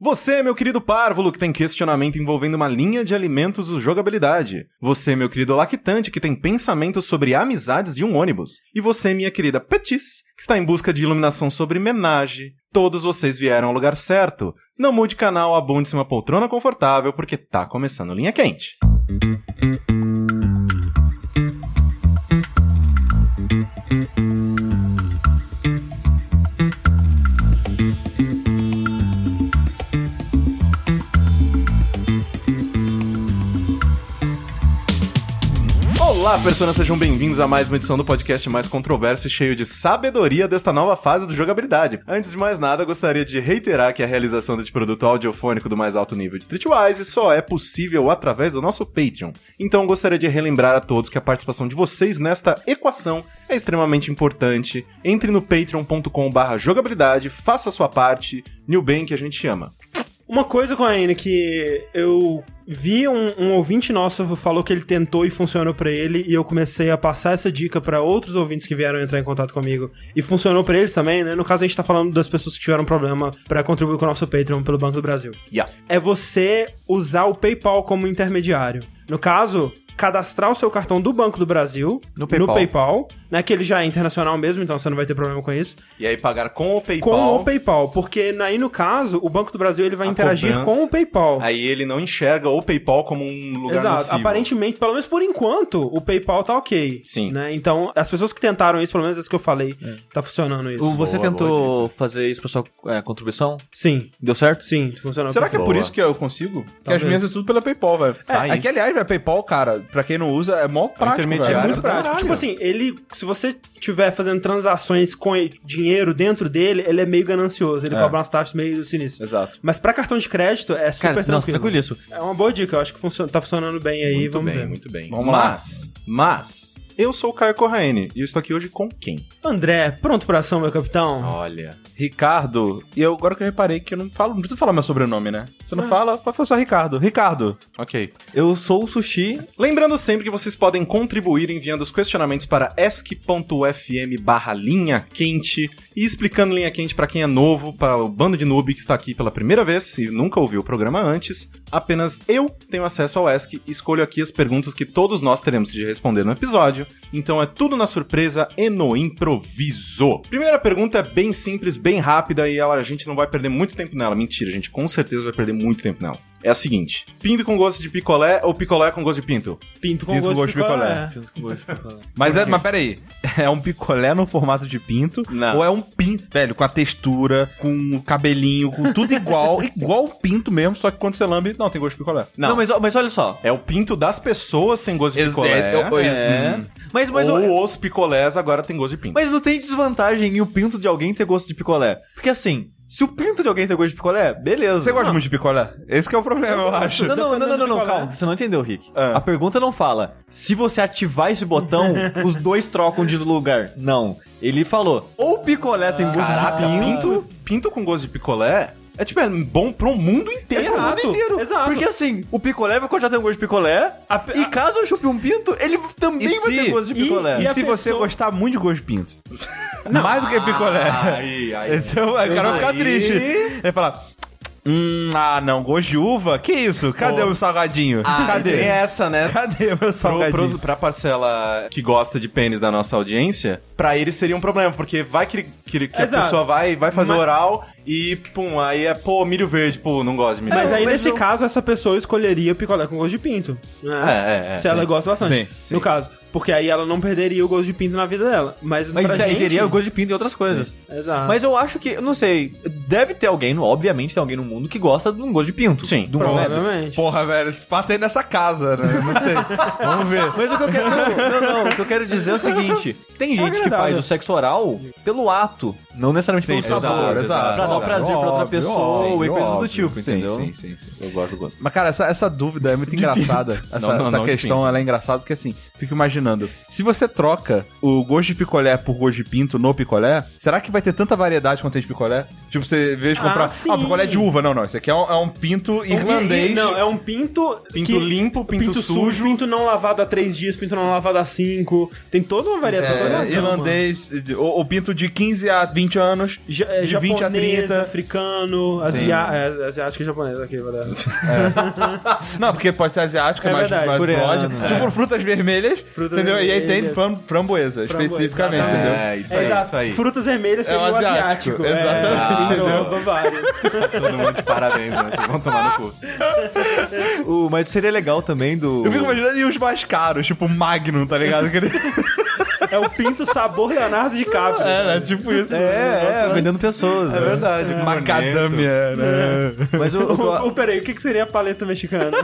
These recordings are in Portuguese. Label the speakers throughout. Speaker 1: Você, meu querido párvulo, que tem questionamento envolvendo uma linha de alimentos ou jogabilidade. Você, meu querido lactante, que tem pensamentos sobre amizades de um ônibus. E você, minha querida Petis, que está em busca de iluminação sobre menage. Todos vocês vieram ao lugar certo. Não mude canal, abunde-se uma poltrona confortável, porque tá começando linha quente. Olá, pessoas, sejam bem-vindos a mais uma edição do podcast mais controverso e cheio de sabedoria desta nova fase do jogabilidade. Antes de mais nada, gostaria de reiterar que a realização deste produto audiofônico do mais alto nível de Streetwise só é possível através do nosso Patreon. Então, gostaria de relembrar a todos que a participação de vocês nesta equação é extremamente importante. Entre no patreon.com/barra jogabilidade, faça a sua parte, New Bank a gente ama.
Speaker 2: Uma coisa com a Anne que eu vi um, um ouvinte nosso falou que ele tentou e funcionou pra ele e eu comecei a passar essa dica pra outros ouvintes que vieram entrar em contato comigo e funcionou pra eles também, né? No caso a gente tá falando das pessoas que tiveram problema pra contribuir com o nosso Patreon pelo Banco do Brasil.
Speaker 1: Yeah.
Speaker 2: É você usar o PayPal como intermediário. No caso, cadastrar o seu cartão do Banco do Brasil
Speaker 3: No PayPal.
Speaker 2: né? Que ele já é internacional mesmo, então você não vai ter problema com isso.
Speaker 1: E aí pagar com o PayPal.
Speaker 2: Com o PayPal, porque aí no caso, o Banco do Brasil ele vai
Speaker 1: A
Speaker 2: interagir
Speaker 1: cobrança.
Speaker 2: com o PayPal.
Speaker 1: Aí ele não enxerga o PayPal como um lugar
Speaker 2: Exato.
Speaker 1: nocivo.
Speaker 2: Aparentemente, pelo menos por enquanto, o PayPal tá ok.
Speaker 1: Sim.
Speaker 2: né? Então, as pessoas que tentaram isso, pelo menos as que eu falei, tá funcionando isso.
Speaker 3: O- Você
Speaker 1: Boa,
Speaker 3: tentou
Speaker 1: boa
Speaker 3: fazer isso pra sua é, contribuição?
Speaker 2: Sim,
Speaker 3: Deu certo?
Speaker 2: sim, funcionou.
Speaker 4: Será que é por
Speaker 1: Boa.
Speaker 4: isso que eu consigo? Que as
Speaker 2: Talvez.
Speaker 4: minhas é tudo pela PayPal, velho.
Speaker 3: Tá aí.
Speaker 4: É, que, aliás, velho, PayPal, cara, pra quem não usa, é mó prático.
Speaker 1: intermediário.
Speaker 4: velho.
Speaker 2: É muito prático.
Speaker 1: Caralho.
Speaker 2: Tipo assim, ele, se você tiver fazendo transações com e- dinheiro dentro dele, ele é meio ganancioso, ele cobra umas taxas meio sinistras.
Speaker 4: Exato.
Speaker 2: Mas pra cartão de crédito é super
Speaker 3: Cara,
Speaker 2: tranquilo.
Speaker 3: nossa, tranquilíssimo.
Speaker 2: É uma boa dica, eu acho que funciona, tá funcionando bem aí,
Speaker 1: Muito
Speaker 2: vamos
Speaker 1: bem,
Speaker 2: ver.
Speaker 1: muito bem.
Speaker 4: Vamos lá.
Speaker 1: mas, mas, eu sou o Caio Corraine e eu estou aqui hoje com quem?
Speaker 2: André, pronto pra ação, meu capitão?
Speaker 1: Olha.
Speaker 4: Ricardo, e eu, agora que eu reparei que eu não falo, não preciso falar meu sobrenome, né? Você não fala, pode falar só Ricardo. Ricardo.
Speaker 1: Ok.
Speaker 3: Eu sou o Sushi.
Speaker 1: Lembrando sempre que vocês podem contribuir enviando os questionamentos para esc.fm barra linha quente e explicando linha quente para quem é novo, para o bando de noob que está aqui pela primeira vez e nunca ouviu o programa antes. Apenas eu tenho acesso ao ESC e escolho aqui as perguntas que todos nós teremos de responder no episódio. Então é tudo na surpresa e no improviso. Primeira pergunta é bem simples, bem rápida e ela, a gente não vai perder muito tempo nela. Mentira, a gente com certeza vai perder muito tempo nela. É a seguinte: pinto com gosto de picolé ou picolé com gosto de pinto?
Speaker 2: Pinto com
Speaker 4: Pinto com
Speaker 2: gosto,
Speaker 4: gosto de picolé. Mas, é, mas peraí, é um picolé no formato de pinto?
Speaker 1: Não.
Speaker 4: Ou é um pinto, velho, com a textura, com o cabelinho, com tudo igual, igual o pinto mesmo, só que quando você lambe, não, tem gosto de picolé.
Speaker 3: Não, mas, ó- mas olha só.
Speaker 1: É o pinto das pessoas tem gosto de
Speaker 4: Ex-
Speaker 1: picolé.
Speaker 4: é, eu- eu-
Speaker 3: É. Mas, mas,
Speaker 1: ou
Speaker 3: o-
Speaker 1: os picolés agora tem gosto de pinto.
Speaker 3: mas não tem desvantagem em o pinto de alguém ter gosto de picolé. Porque assim, se o pinto de alguém ter gosto de picolé, beleza.
Speaker 4: Você gosta
Speaker 3: não.
Speaker 4: muito de picolé? Esse que é o problema, eu acho.
Speaker 3: Não, não, não, não, não, não,
Speaker 2: Picolé.
Speaker 3: calma, você não entendeu, Rick.
Speaker 4: Ah.
Speaker 3: A pergunta não fala. Se você ativar esse botão, os dois trocam de lugar. Não. Ele falou, ou picolé tem gosto
Speaker 1: Caraca,
Speaker 3: de pinto,
Speaker 1: pinto, pinto com gosto de picolé é tipo é bom É pro mundo inteiro.
Speaker 3: Exato.
Speaker 1: O mundo inteiro.
Speaker 2: Exato.
Speaker 3: Porque assim, o picolé vai continuar tendo gosto de picolé.
Speaker 2: A pe-
Speaker 3: E
Speaker 2: a-
Speaker 3: caso eu chupe um pinto, ele também
Speaker 4: Ah. E
Speaker 3: vai
Speaker 4: se-
Speaker 3: ter gosto de
Speaker 2: e-
Speaker 3: picolé.
Speaker 4: E,
Speaker 2: E a
Speaker 4: se você
Speaker 2: pessoa-
Speaker 4: gostar muito de gosto de pinto? Mais do que picolé.
Speaker 1: Aí, aí.
Speaker 4: Esse é o aí o cara vai ficar
Speaker 1: Aí.
Speaker 4: triste. Ele vai falar. Hum, ah, não, gosto de uva? Que isso? Cadê o salgadinho?
Speaker 1: Cadê?
Speaker 4: Cadê?
Speaker 1: Ah, Tem essa, né?
Speaker 4: Cadê meu
Speaker 1: Pro,
Speaker 4: salgadinho?
Speaker 1: pro, pra parcela que gosta de pênis da nossa audiência, pra eles seria um problema, porque vai que, que, que a
Speaker 2: Exato.
Speaker 1: pessoa vai, vai fazer
Speaker 2: Mas-
Speaker 1: oral e pum, aí é, pô, milho verde, pô, não gosto de milho
Speaker 2: Mas
Speaker 1: verde.
Speaker 2: aí,
Speaker 3: mas
Speaker 2: nesse
Speaker 3: eu-
Speaker 2: caso, essa pessoa escolheria picolé com gosto de pinto. Né?
Speaker 1: É, é, é,
Speaker 2: Se ela
Speaker 1: sim.
Speaker 2: gosta bastante.
Speaker 4: Sim, sim.
Speaker 2: No caso. Porque aí ela não perderia o gosto de pinto na vida dela. Mas
Speaker 3: Mas
Speaker 2: pra
Speaker 3: daí
Speaker 2: gente...
Speaker 3: teria gosto de pinto e outras coisas.
Speaker 4: Ah.
Speaker 2: Exato.
Speaker 3: Mas eu acho que, eu não sei, deve ter alguém, no- obviamente tem alguém no mundo que gosta de um gosto de pinto.
Speaker 1: Sim.
Speaker 3: Do
Speaker 2: Provavelmente.
Speaker 4: Porra, velho, esse pato aí nessa casa, né? Não sei. Vamos ver.
Speaker 3: Mas o que eu quero. Não, não, não, o que eu quero dizer é o seguinte: tem gente que
Speaker 2: agradável.
Speaker 3: faz o sexo oral pelo ato, não necessariamente
Speaker 4: Sim,
Speaker 3: pelo
Speaker 4: exato,
Speaker 3: sabor.
Speaker 4: exato.
Speaker 3: Pra dar o prazer pra outra
Speaker 4: Óbvio,
Speaker 3: pessoa
Speaker 4: óbvio,
Speaker 3: e coisas do
Speaker 4: óbvio.
Speaker 3: tipo,
Speaker 4: Sim,
Speaker 3: entendeu?
Speaker 4: sim, sim, sim.
Speaker 1: Eu gosto do gosto.
Speaker 4: Mas, cara, essa, essa dúvida é muito engraçada. Essa,
Speaker 1: Não, não,
Speaker 4: essa
Speaker 1: não, de
Speaker 4: questão
Speaker 1: pinto.
Speaker 4: ela é engraçada porque, assim, fico imaginando. Se você troca o gosto de picolé por gosto de pinto no picolé, será que vai ter tanta variedade quanto tem de picolé? Tipo, você vê de
Speaker 2: Ah,
Speaker 4: comprar.
Speaker 2: sim.
Speaker 4: Ah, picolé de uva. Não, não. Esse aqui é um, é um pinto irlandês.
Speaker 2: E- e- Não, é um pinto...
Speaker 1: Pinto limpo, pinto sujo.
Speaker 2: Pinto não lavado há três dias, pinto não lavado há cinco. Tem toda uma variedade. toda uma
Speaker 4: É,
Speaker 2: variação,
Speaker 4: irlandês, ou, ou pinto de 15 a 20 20 anos,
Speaker 2: Ja- é,
Speaker 4: de 20 a 30.
Speaker 2: africano, asia é, asiático e japonês. Aqui, vai dar.
Speaker 4: Não, porque pode ser asiática,
Speaker 2: É
Speaker 4: mais,
Speaker 2: verdade,
Speaker 4: mais
Speaker 3: coreano,
Speaker 4: broad.
Speaker 3: é.
Speaker 4: Tipo, frutas vermelhas,
Speaker 2: Frutas
Speaker 4: entendeu? E aí tem
Speaker 2: vermelhas.
Speaker 4: fram, framboesa, especificamente,
Speaker 2: exatamente.
Speaker 4: entendeu?
Speaker 1: É, isso
Speaker 2: É,
Speaker 1: aí,
Speaker 2: exato.
Speaker 1: isso aí.
Speaker 2: Frutas vermelhas seria
Speaker 4: É o
Speaker 2: o asiático.
Speaker 4: asiático, exatamente,
Speaker 2: É,
Speaker 4: entendeu?
Speaker 2: engloba vários.
Speaker 1: Todo mundo de parabéns, né? Vocês vão tomar no cu.
Speaker 3: O, mas seria legal também do.
Speaker 4: Eu fico imaginando e os mais caros, tipo Magnum, tá ligado? Que ele-
Speaker 2: É o pinto sabor Leonardo DiCaprio.
Speaker 4: é, né? tipo isso.
Speaker 3: É, é, vendendo pessoas. né?
Speaker 4: verdade. tipo Macadâmia, né?
Speaker 3: Mas o,
Speaker 2: O,
Speaker 3: o-
Speaker 2: o, peraí, o que, que seria a paleta mexicana?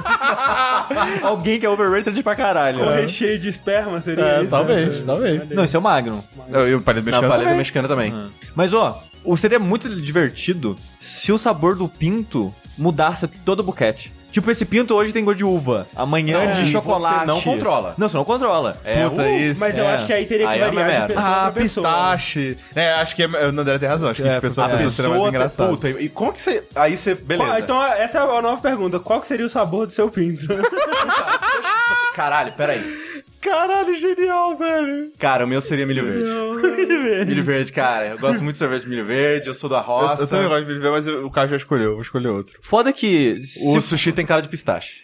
Speaker 3: alguém que é overrated pra caralho.
Speaker 2: o recheio de esperma seria
Speaker 4: É,
Speaker 2: isso?
Speaker 4: talvez, talvez.
Speaker 3: Não, isso é o Magnum.
Speaker 4: Eu, eu parei
Speaker 1: Na paleta
Speaker 4: também. Ah.
Speaker 1: mexicana também.
Speaker 3: Mas ó, o- seria muito divertido se o sabor do pinto mudasse todo o buquete. Tipo, esse pinto hoje tem gosto de uva, amanhã é
Speaker 1: Não,
Speaker 3: de
Speaker 1: e
Speaker 3: chocolate.
Speaker 1: você não controla.
Speaker 3: Não, você não controla.
Speaker 1: É,
Speaker 4: Puta,
Speaker 1: uh,
Speaker 4: isso.
Speaker 2: Mas eu
Speaker 3: É.
Speaker 2: acho que aí teria que
Speaker 1: Aí é uma
Speaker 2: variar
Speaker 1: merda.
Speaker 2: de pessoa
Speaker 4: Ah,
Speaker 2: pra pessoa.
Speaker 4: pistache. É, acho que é, o André tem razão. Acho que
Speaker 3: É,
Speaker 4: de pessoa
Speaker 1: A
Speaker 4: a pessoa tá seria mais
Speaker 1: pessoa... tá
Speaker 4: engraçado.
Speaker 1: Puta, e como que você... Aí você... Beleza.
Speaker 2: Qual- então, essa é a nova pergunta. Qual que seria o sabor do seu pinto?
Speaker 1: Caralho, peraí.
Speaker 4: Caralho, genial, velho.
Speaker 1: Cara, o meu seria milho verde. milho verde, cara. Eu gosto muito de sorvete de milho verde, eu sou da
Speaker 4: Eu,
Speaker 1: roça.
Speaker 4: eu também gosto de ver, mas o cara já escolheu. eu Vou escolher outro.
Speaker 3: Foda que. se-
Speaker 1: O sushi tem cara de pistache.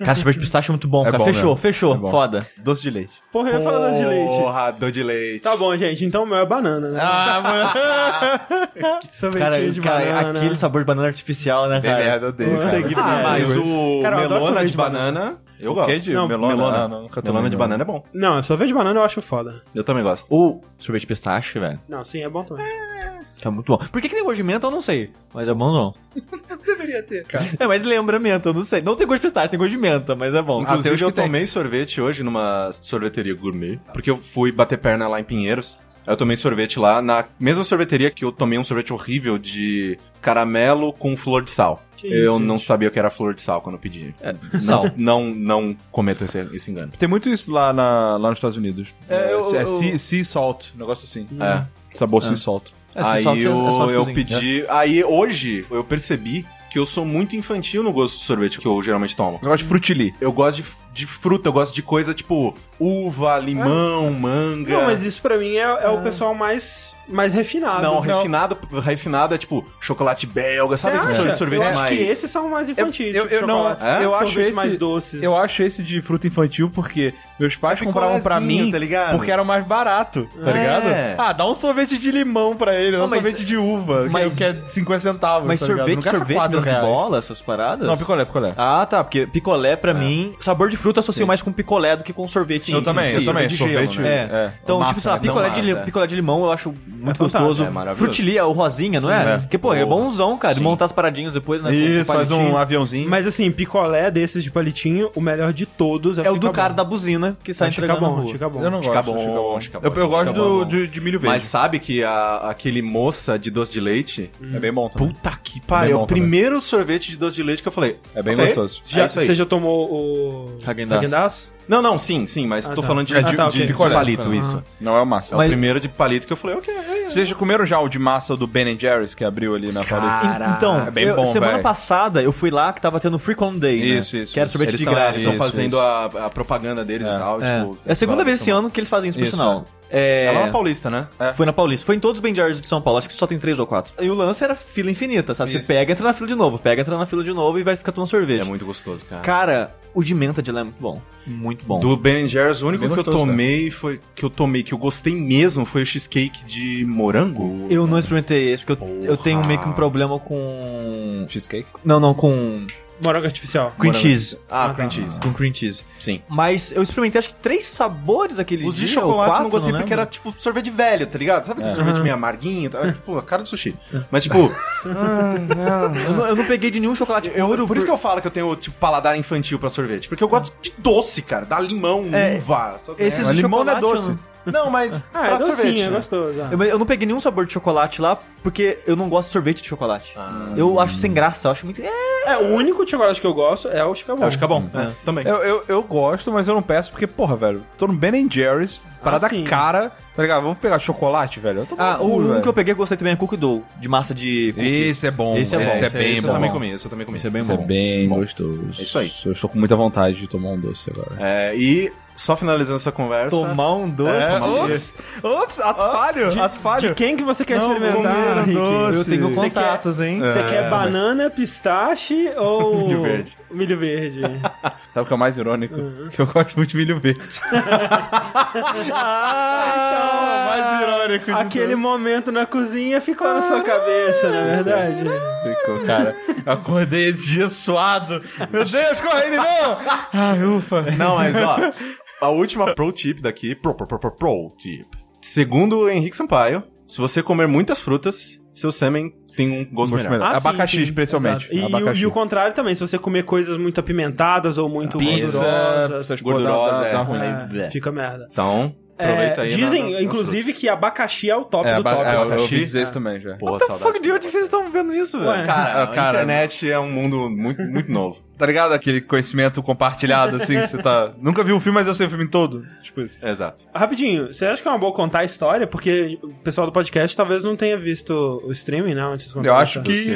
Speaker 3: Cara, esse de pistache é muito bom,
Speaker 4: É
Speaker 3: cara.
Speaker 4: bom
Speaker 3: fechou,
Speaker 4: mesmo.
Speaker 3: fechou.
Speaker 4: É bom.
Speaker 3: Foda.
Speaker 4: Doce de leite.
Speaker 2: Porra, eu ia falar doce de leite.
Speaker 1: Porra, doce de leite.
Speaker 2: Tá bom, gente. Então o meu é banana, né?
Speaker 4: Ah, mano.
Speaker 2: Sorvetinho
Speaker 3: Cara,
Speaker 2: de
Speaker 3: cara,
Speaker 2: banana.
Speaker 3: aquele sabor de banana artificial, né,
Speaker 4: É
Speaker 3: cara?
Speaker 4: merda dele,
Speaker 2: Puta
Speaker 4: cara.
Speaker 2: que
Speaker 1: Ah,
Speaker 2: É,
Speaker 1: mas o
Speaker 2: Cara, eu adoro
Speaker 1: melona
Speaker 2: sorvete
Speaker 1: de
Speaker 2: de
Speaker 1: banana, eu gosto.
Speaker 4: Que de
Speaker 2: Não,
Speaker 4: melona?
Speaker 1: melona.
Speaker 4: Ah, não, nunca tomei
Speaker 1: melona de banana é bom.
Speaker 2: Não, sorvete de banana eu acho foda.
Speaker 1: Eu também gosto.
Speaker 3: Ou sorvete de pistache, velho.
Speaker 2: Não, sim, é bom também.
Speaker 3: Que é muito bom. Por que, que tem gosto de menta, eu não sei. Mas é bom não.
Speaker 4: Deveria ter, cara.
Speaker 3: É, mas lembra menta, eu não sei. Não tem gosto de pistache, tem gosto de menta, mas é bom.
Speaker 1: Inclusive,
Speaker 4: tem os que
Speaker 1: eu
Speaker 4: tem.
Speaker 1: tomei sorvete hoje numa sorveteria gourmet, porque eu fui bater perna lá em Pinheiros. Aí eu tomei sorvete lá, na mesma sorveteria que eu tomei um sorvete horrível de caramelo com flor de sal.
Speaker 2: Que
Speaker 1: eu
Speaker 2: isso,
Speaker 1: não sabia o que era flor de sal quando eu pedi.
Speaker 3: É, sal.
Speaker 1: Não, não cometam esse, esse engano.
Speaker 4: Tem muito isso lá, na, lá nos Estados Unidos.
Speaker 3: É, eu-
Speaker 4: é
Speaker 3: eu-
Speaker 4: sea, sea salt, um negócio assim.
Speaker 1: É.
Speaker 4: Sabor sea salt.
Speaker 3: É,
Speaker 1: aí
Speaker 3: sal-
Speaker 1: eu,
Speaker 3: é sal
Speaker 4: tipo
Speaker 3: de
Speaker 1: eu
Speaker 3: cozinha.
Speaker 4: assim, né?
Speaker 1: pedi. Aí hoje eu percebi que eu sou muito infantil no gosto de sorvete que eu geralmente tomo.
Speaker 4: Eu gosto de frutili.
Speaker 1: Eu gosto de, de fruta, eu gosto de coisa tipo uva, limão, manga.
Speaker 2: Não, mas isso pra mim é, é o pessoal mais, mais refinado.
Speaker 1: Não,
Speaker 4: não.
Speaker 1: refinado, refinado é tipo chocolate belga,
Speaker 2: Você
Speaker 1: sabe?
Speaker 2: acha?
Speaker 1: Sorvete, sorvete
Speaker 2: É, eu acho
Speaker 1: mais.
Speaker 2: que esses são mais infantis.
Speaker 4: Eu- eu-
Speaker 2: tipo
Speaker 4: eu não-
Speaker 2: chocolate,
Speaker 1: é?
Speaker 4: Eu acho
Speaker 2: sorvete
Speaker 4: esse-
Speaker 2: mais doces.
Speaker 4: Eu acho esse de fruta infantil porque meus pais compravam um pra
Speaker 1: Picolé,
Speaker 4: mim
Speaker 1: É tá ligado?
Speaker 4: porque era mais barato, tá
Speaker 1: É.
Speaker 4: ligado? Ah, dá um sorvete de limão pra ele, dá um
Speaker 3: Não, mas-
Speaker 4: sorvete de uva, que
Speaker 3: mas-
Speaker 4: é- que é 50 centavos.
Speaker 3: Mas
Speaker 4: tá ligado?
Speaker 3: sorvete,
Speaker 4: Não gasta
Speaker 3: sorvete
Speaker 4: quatro
Speaker 3: mesmo de
Speaker 4: reais.
Speaker 3: bola, essas paradas?
Speaker 4: Não, picolé, picolé.
Speaker 3: Ah, tá, porque picolé pra mim, sabor de fruta associo mais com picolé do que com sorvete. em
Speaker 4: eu
Speaker 3: si,
Speaker 4: também, eu
Speaker 3: sim.
Speaker 4: também.
Speaker 1: de
Speaker 4: sorvete,
Speaker 1: gelo,
Speaker 3: É. Então,
Speaker 1: Massa,
Speaker 3: tipo, sei lá,
Speaker 1: né? Não
Speaker 3: picolé, de,
Speaker 1: massa,
Speaker 3: li-
Speaker 1: é.
Speaker 3: picolé de limão eu acho muito
Speaker 4: tá,
Speaker 2: fantástico,
Speaker 3: gostoso.
Speaker 1: é maravilhoso.
Speaker 3: Frutili, é o rosinha, não é?
Speaker 4: é.
Speaker 3: Porque, pô, é
Speaker 1: Boa.
Speaker 3: bonzão, cara, de
Speaker 1: Sim.
Speaker 3: montar as paradinhas depois, né? com
Speaker 4: Isso, faz um
Speaker 3: palitinho.
Speaker 4: aviãozinho.
Speaker 2: Mas assim, picolé desses de palitinho, o melhor de todos é,
Speaker 3: É o do
Speaker 2: Chica
Speaker 3: cara
Speaker 2: Bom.
Speaker 3: da buzina que sai
Speaker 2: Fica
Speaker 3: entregando na
Speaker 2: bom,
Speaker 3: rua.
Speaker 2: fica bom.
Speaker 4: eu não gosto.
Speaker 1: Fica bom,
Speaker 4: fica bom.
Speaker 1: fica bom.
Speaker 4: eu, eu gosto
Speaker 1: Fica
Speaker 4: do,
Speaker 1: bom, bom.
Speaker 4: De, de milho verde.
Speaker 1: Mas sabe que a- aquele moça de doce de leite.
Speaker 4: É bem bom também.
Speaker 1: Puta que
Speaker 4: Bem
Speaker 1: pariu. É
Speaker 4: bom
Speaker 1: o primeiro sorvete de doce de leite que eu falei.
Speaker 4: É bem
Speaker 1: ok,
Speaker 4: gostoso.
Speaker 2: Já,
Speaker 1: é isso aí.
Speaker 2: você já tomou o.
Speaker 3: Häagen-Dazs.
Speaker 2: Häagen-Dazs?
Speaker 1: Não, não, sim, sim, mas
Speaker 2: Ah,
Speaker 1: tô
Speaker 2: tá.
Speaker 1: falando de,
Speaker 2: Ah,
Speaker 1: de-
Speaker 2: tá,
Speaker 1: de-
Speaker 2: ok.
Speaker 1: de
Speaker 4: Picolé.
Speaker 1: palito,
Speaker 4: Ah.
Speaker 1: isso.
Speaker 4: Não é o massa.
Speaker 1: É
Speaker 3: Mas-
Speaker 1: o primeiro de palito que eu falei, ok, é, é.
Speaker 4: Vocês já comeram já o de massa do Ben Jerry's que abriu ali na parede?
Speaker 1: Caraca.
Speaker 3: Então,
Speaker 4: É bem
Speaker 3: eu-
Speaker 4: bom,
Speaker 3: semana
Speaker 4: véi.
Speaker 3: passada eu fui lá que tava tendo Free Con Day, né?
Speaker 4: Isso, isso,
Speaker 3: Que era
Speaker 4: isso.
Speaker 3: sorvete
Speaker 1: Eles
Speaker 3: de
Speaker 1: tão-
Speaker 3: graça.
Speaker 1: Eles estão
Speaker 4: Isso,
Speaker 1: fazendo
Speaker 4: isso.
Speaker 1: A, a propaganda deles e tal.
Speaker 3: É.
Speaker 1: Tipo,
Speaker 3: É a segunda
Speaker 1: fala,
Speaker 3: vez esse
Speaker 1: são-
Speaker 3: ano que eles fazem isso, por
Speaker 4: Isso,
Speaker 3: sinal.
Speaker 1: É lá
Speaker 3: É,
Speaker 1: na Paulista, né?
Speaker 3: Foi na Paulista. Foi em todos os Ben Jars de São Paulo. Acho que só tem três ou quatro. E o lance era fila infinita, sabe? Você
Speaker 4: Isso.
Speaker 3: pega, entra na fila de novo. Pega, entra na fila de novo e vai ficar tomando sorvete.
Speaker 1: É muito gostoso, cara.
Speaker 3: Cara, o de menta de lá é muito bom. Muito bom.
Speaker 1: Do Ben Jerry's, o único
Speaker 4: Bem
Speaker 1: que eu
Speaker 4: gostoso,
Speaker 1: tomei foi que eu tomei que eu gostei mesmo foi o cheesecake de morango.
Speaker 3: Eu não experimentei esse, porque eu, eu
Speaker 1: Porra.
Speaker 3: tenho meio que um problema com...
Speaker 4: Cheesecake?
Speaker 3: Não, não, com...
Speaker 2: Morango artificial.
Speaker 3: Cream cheese.
Speaker 1: Ah,
Speaker 2: Ah,
Speaker 1: cream
Speaker 2: tá.
Speaker 1: cheese.
Speaker 3: Com cream cheese.
Speaker 1: Sim.
Speaker 3: Mas eu experimentei acho que três sabores aquele
Speaker 1: Os
Speaker 3: dia,
Speaker 1: de chocolate
Speaker 3: ou é quatro,
Speaker 1: eu não gostei porque
Speaker 3: lembro.
Speaker 1: era tipo sorvete velho, tá ligado? Sabe aquele sorvete meio amarguinho? Tá? Tipo, a cara do sushi. Mas tipo,
Speaker 3: Eu não, eu não peguei de nenhum chocolate puro.
Speaker 1: por isso que eu falo que eu tenho tipo paladar infantil pra sorvete, porque eu gosto de doce, cara, dá limão,
Speaker 3: É,
Speaker 1: uva, essas
Speaker 3: esses
Speaker 1: merdas.
Speaker 3: de
Speaker 4: limão não é
Speaker 3: chocolate,
Speaker 4: doce.
Speaker 3: eu não-
Speaker 1: Não, mas
Speaker 2: Ah,
Speaker 1: pra
Speaker 2: é docinho,
Speaker 1: sorvete.
Speaker 2: é
Speaker 1: né?
Speaker 2: gostoso. ah.
Speaker 3: Eu, eu não peguei nenhum sabor de chocolate lá porque eu não gosto de sorvete de chocolate.
Speaker 1: Ah.
Speaker 3: eu acho sem graça, eu acho muito. É,
Speaker 2: É, o único chocolate que eu gosto é o Chicabon.
Speaker 1: É, acho que é bom. É, também.
Speaker 4: Eu, eu, eu gosto, mas eu não peço porque, porra, velho, tô no Ben Jerry's, parada
Speaker 2: sim.
Speaker 4: cara, tá ligado? Vamos pegar chocolate, velho? Eu tô
Speaker 3: ah,
Speaker 4: maluco,
Speaker 3: o um
Speaker 4: velho.
Speaker 3: que eu peguei e gostei também é Cookie Dough, de massa de. cookie.
Speaker 4: Esse é bom,
Speaker 3: Esse é bom.
Speaker 1: esse esse Eu também comi, esse eu também comi.
Speaker 3: Esse é bem
Speaker 4: Esse é
Speaker 3: bom.
Speaker 4: bem gostoso.
Speaker 1: É isso aí.
Speaker 4: Eu estou com muita vontade de tomar um doce agora.
Speaker 1: É, e Só finalizando essa conversa.
Speaker 3: Tomar um doce.
Speaker 1: É, tomar um
Speaker 3: Ops, ops, ato falho,
Speaker 2: De-
Speaker 3: ato falho.
Speaker 2: De quem que você quer
Speaker 4: Não,
Speaker 2: experimentar,
Speaker 4: comer
Speaker 2: Rick?
Speaker 4: doce.
Speaker 3: Eu tenho
Speaker 2: Você
Speaker 3: contatos, hein?
Speaker 2: Você quer
Speaker 1: É.
Speaker 2: banana, pistache ou...
Speaker 4: Milho verde.
Speaker 2: Milho verde.
Speaker 4: Sabe o que é o mais irônico? Que eu gosto muito de milho verde.
Speaker 2: Ah,
Speaker 4: irônico de
Speaker 2: Aquele momento na cozinha ficou na
Speaker 4: Ah,
Speaker 2: sua cabeça, na verdade.
Speaker 4: Ficou, cara. Eu acordei esse dia suado. Meu Deus, corre, não! Ai, ufa.
Speaker 1: Não, mas ó, a última pro tip daqui, pro, pro, pro, pro, pro tip. Segundo o Henrique Sampaio, se você comer muitas frutas, seu sêmen tem um gosto melhor.
Speaker 4: melhor. Abacaxi, especialmente.
Speaker 2: Assim, exato. E, e o,
Speaker 4: Abacaxi.
Speaker 2: e o contrário também, se você comer coisas muito apimentadas ou muito gordurosas,
Speaker 1: gordurosa,
Speaker 4: tá
Speaker 1: é.
Speaker 2: é, fica merda.
Speaker 1: Então, aproveita
Speaker 2: É,
Speaker 1: aí.
Speaker 2: dizem,
Speaker 1: na- nas- nas
Speaker 2: inclusive,
Speaker 1: frutas.
Speaker 2: que abacaxi é o top
Speaker 4: É,
Speaker 2: do
Speaker 4: aba-
Speaker 2: top.
Speaker 4: é, eu- eu
Speaker 1: abacaxi.
Speaker 4: ouvi dizer isso também já.
Speaker 1: Porra,
Speaker 3: What the
Speaker 1: saudade.
Speaker 3: fuck, de onde que vocês estão vendo isso, velho?
Speaker 2: Ué.
Speaker 1: Cara,
Speaker 4: Ah, cara,
Speaker 1: a internet é um mundo muito, muito novo.
Speaker 4: Tá ligado aquele conhecimento compartilhado, assim, que você tá... Nunca vi o filme, mas eu sei o filme todo. Tipo isso.
Speaker 1: Exato.
Speaker 2: Rapidinho, você acha que é uma boa contar a história? Porque o pessoal do podcast talvez não tenha visto o streaming, né? Antes de contar
Speaker 4: Eu
Speaker 2: essa.
Speaker 4: acho que...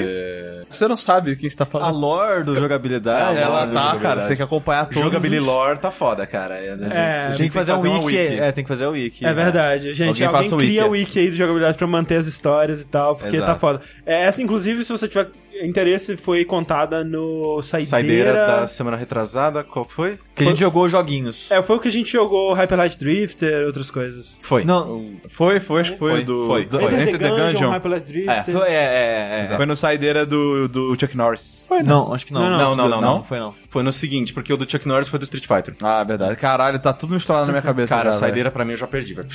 Speaker 4: Você não sabe o que você tá
Speaker 3: A
Speaker 4: falando.
Speaker 3: lore do jogabilidade.
Speaker 4: Ela
Speaker 3: né, do
Speaker 4: tá, cara,
Speaker 3: jogabilidade.
Speaker 4: você tem que acompanhar todos
Speaker 1: Jogability
Speaker 4: os-
Speaker 1: Lore tá foda, cara. É, a gente- a
Speaker 2: tem
Speaker 1: gente
Speaker 3: Tem que fazer, um
Speaker 1: uma
Speaker 3: wiki. É, tem que fazer o wiki.
Speaker 2: É verdade, gente.
Speaker 4: Alguém
Speaker 2: Alguém,
Speaker 4: faça um
Speaker 2: cria o
Speaker 4: wiki.
Speaker 2: wiki aí de jogabilidade pra manter as histórias e tal, porque
Speaker 1: Exato.
Speaker 2: tá foda. É, Essa, inclusive, se você tiver interesse, foi contada no Saideira.
Speaker 1: Saideira da semana retrasada, qual foi?
Speaker 3: Que a gente jogou joguinhos.
Speaker 2: É, foi o que a gente jogou Hyper Light Drifter, outras coisas.
Speaker 1: Foi.
Speaker 3: Não,
Speaker 4: Foi, foi, acho que foi,
Speaker 1: Foi,
Speaker 4: do...
Speaker 1: foi,
Speaker 4: do-
Speaker 1: foi.
Speaker 4: Enter the Gungeon.
Speaker 2: Hyper Light
Speaker 1: É,
Speaker 2: Drifter.
Speaker 3: foi, é, é, é.
Speaker 4: Foi no saideira do, do Chuck Norris.
Speaker 3: Foi, não. acho que não.
Speaker 2: Não, não,
Speaker 1: não, não, não.
Speaker 3: foi não.
Speaker 1: Foi no seguinte, porque o do Chuck Norris foi do Street Fighter.
Speaker 4: Ah, verdade. Caralho, tá tudo misturado na minha cabeça.
Speaker 1: Cara,
Speaker 4: já,
Speaker 1: saideira pra mim eu já perdi, velho.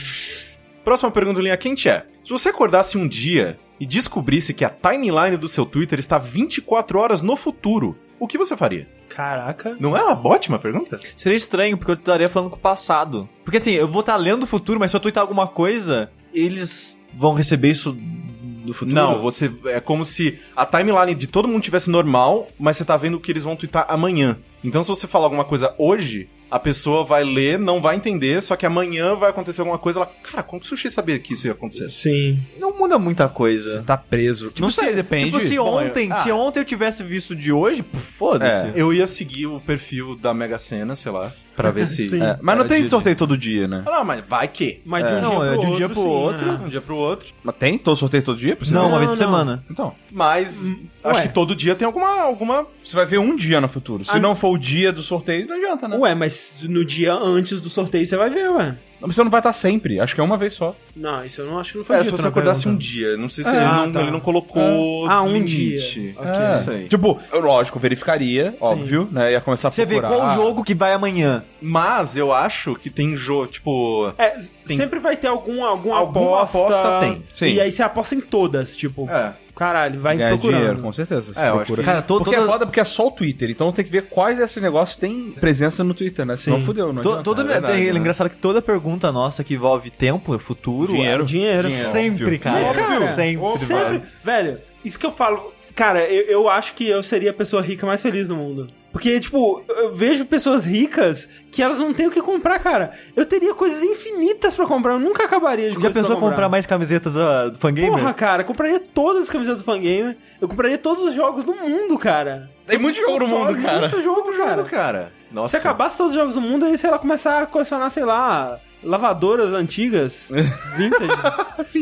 Speaker 1: Próxima pergunta, linha quente é: Se você acordasse um dia e descobrisse que a timeline do seu Twitter está 24 horas no futuro, o que você faria?
Speaker 2: Caraca.
Speaker 1: Não é uma ótima pergunta?
Speaker 3: Seria estranho, porque eu estaria falando com o passado. Porque assim, eu vou estar lendo o futuro, mas se eu twittar alguma coisa, eles vão receber isso do futuro?
Speaker 1: Não, você é como se a timeline de todo mundo tivesse normal, mas você tá vendo o que eles vão twittar amanhã. Então se você falar alguma coisa hoje, a pessoa vai ler, não vai entender, só que amanhã vai acontecer alguma coisa, ela, cara, como que o sushi sabia que isso ia acontecer?
Speaker 2: Sim.
Speaker 3: Não muda muita
Speaker 4: Você
Speaker 3: coisa.
Speaker 4: tá preso. Tipo,
Speaker 3: Não
Speaker 4: se-
Speaker 3: Tipo, se
Speaker 4: Bom, eu-
Speaker 3: ontem,
Speaker 4: Ah,
Speaker 3: se ontem eu tivesse visto de hoje, pô,
Speaker 4: É.
Speaker 3: foda-se.
Speaker 1: Eu ia seguir o perfil da Mega Sena, sei lá, pra ver se
Speaker 2: Sim.
Speaker 4: é, mas não
Speaker 3: Era
Speaker 4: tem
Speaker 3: de-
Speaker 4: sorteio todo dia, né?
Speaker 1: Ah, Não, mas vai que
Speaker 2: Mas de
Speaker 3: É.
Speaker 2: um
Speaker 3: Não,
Speaker 2: dia
Speaker 3: é
Speaker 2: pro
Speaker 3: de um
Speaker 2: outro,
Speaker 3: dia pro
Speaker 2: sim,
Speaker 3: outro.
Speaker 2: né?
Speaker 1: de um dia pro outro.
Speaker 4: Mas tem todo sorteio todo dia? pra você
Speaker 3: Não,
Speaker 4: ver?
Speaker 3: uma vez por
Speaker 2: Não, não.
Speaker 3: semana.
Speaker 4: Então.
Speaker 1: Mas acho
Speaker 2: Hum, ué.
Speaker 1: que todo dia tem alguma alguma
Speaker 4: Você vai ver um dia no futuro. Se
Speaker 2: Ah,
Speaker 4: não for o dia do sorteio, não adianta, né?
Speaker 2: Ué, mas no dia antes do sorteio você vai ver, ué.
Speaker 4: Mas Você não vai estar sempre. Acho que é uma vez só.
Speaker 2: Não, isso eu não acho que não foi
Speaker 1: É, se
Speaker 2: dito
Speaker 1: você
Speaker 2: na
Speaker 1: acordasse um
Speaker 2: pergunta.
Speaker 1: dia. Não sei se
Speaker 2: Ah,
Speaker 1: ele, não,
Speaker 2: tá.
Speaker 1: ele não colocou
Speaker 2: Ah, um
Speaker 1: limite.
Speaker 2: dia. Ok.
Speaker 1: É, não sei.
Speaker 4: Tipo, eu, lógico, verificaria, óbvio, né? Ia começar a
Speaker 3: Você vê
Speaker 4: procurar.
Speaker 3: qual o jogo que vai amanhã.
Speaker 1: Mas eu acho que tem jogo, tipo...
Speaker 2: É,
Speaker 1: Tem-
Speaker 2: sempre vai ter algum, alguma,
Speaker 1: Alguma
Speaker 2: aposta.
Speaker 1: aposta tem,
Speaker 4: sim.
Speaker 2: E aí você aposta em todas, tipo,
Speaker 1: É,
Speaker 2: caralho, vai
Speaker 4: Ganhar
Speaker 2: procurando.
Speaker 4: dinheiro, com certeza. você
Speaker 1: É, eu acho
Speaker 4: procura.
Speaker 1: que-
Speaker 3: Cara, to-
Speaker 4: porque é
Speaker 3: toda-
Speaker 4: foda porque é só o Twitter. Então tem que ver quais desses negócios tem presença no Twitter, né? Senão
Speaker 2: Sim.
Speaker 4: fudeu, não
Speaker 3: To-
Speaker 4: adianta.
Speaker 3: todo,
Speaker 4: É verdade,
Speaker 3: tem- é
Speaker 4: né?
Speaker 3: engraçado que toda pergunta nossa que envolve tempo, futuro,
Speaker 4: Dinheiro.
Speaker 3: é-
Speaker 2: Dinheiro.
Speaker 3: sempre, cara.
Speaker 2: Mas, cara,
Speaker 3: sempre.
Speaker 2: Sempre. Velho, isso que eu falo. Cara, eu, eu acho que eu seria a pessoa rica mais feliz do mundo. Porque, tipo, eu vejo pessoas ricas que elas não têm o que comprar, cara. Eu teria coisas infinitas pra comprar, eu nunca acabaria de
Speaker 3: Já
Speaker 2: coisa pra
Speaker 3: pensou em comprar mais camisetas ah, do Fangamer?
Speaker 2: Porra, cara, eu compraria todas as camisetas do Fangamer. Eu compraria todos os jogos do mundo, cara.
Speaker 4: Tem muito jogo no mundo,
Speaker 2: Console,
Speaker 4: cara.
Speaker 2: Muito jogo, cara.
Speaker 1: cara. Nossa.
Speaker 2: Se acabasse todos os jogos do mundo, aí sei lá, começar a colecionar, sei lá, lavadoras antigas, vintage.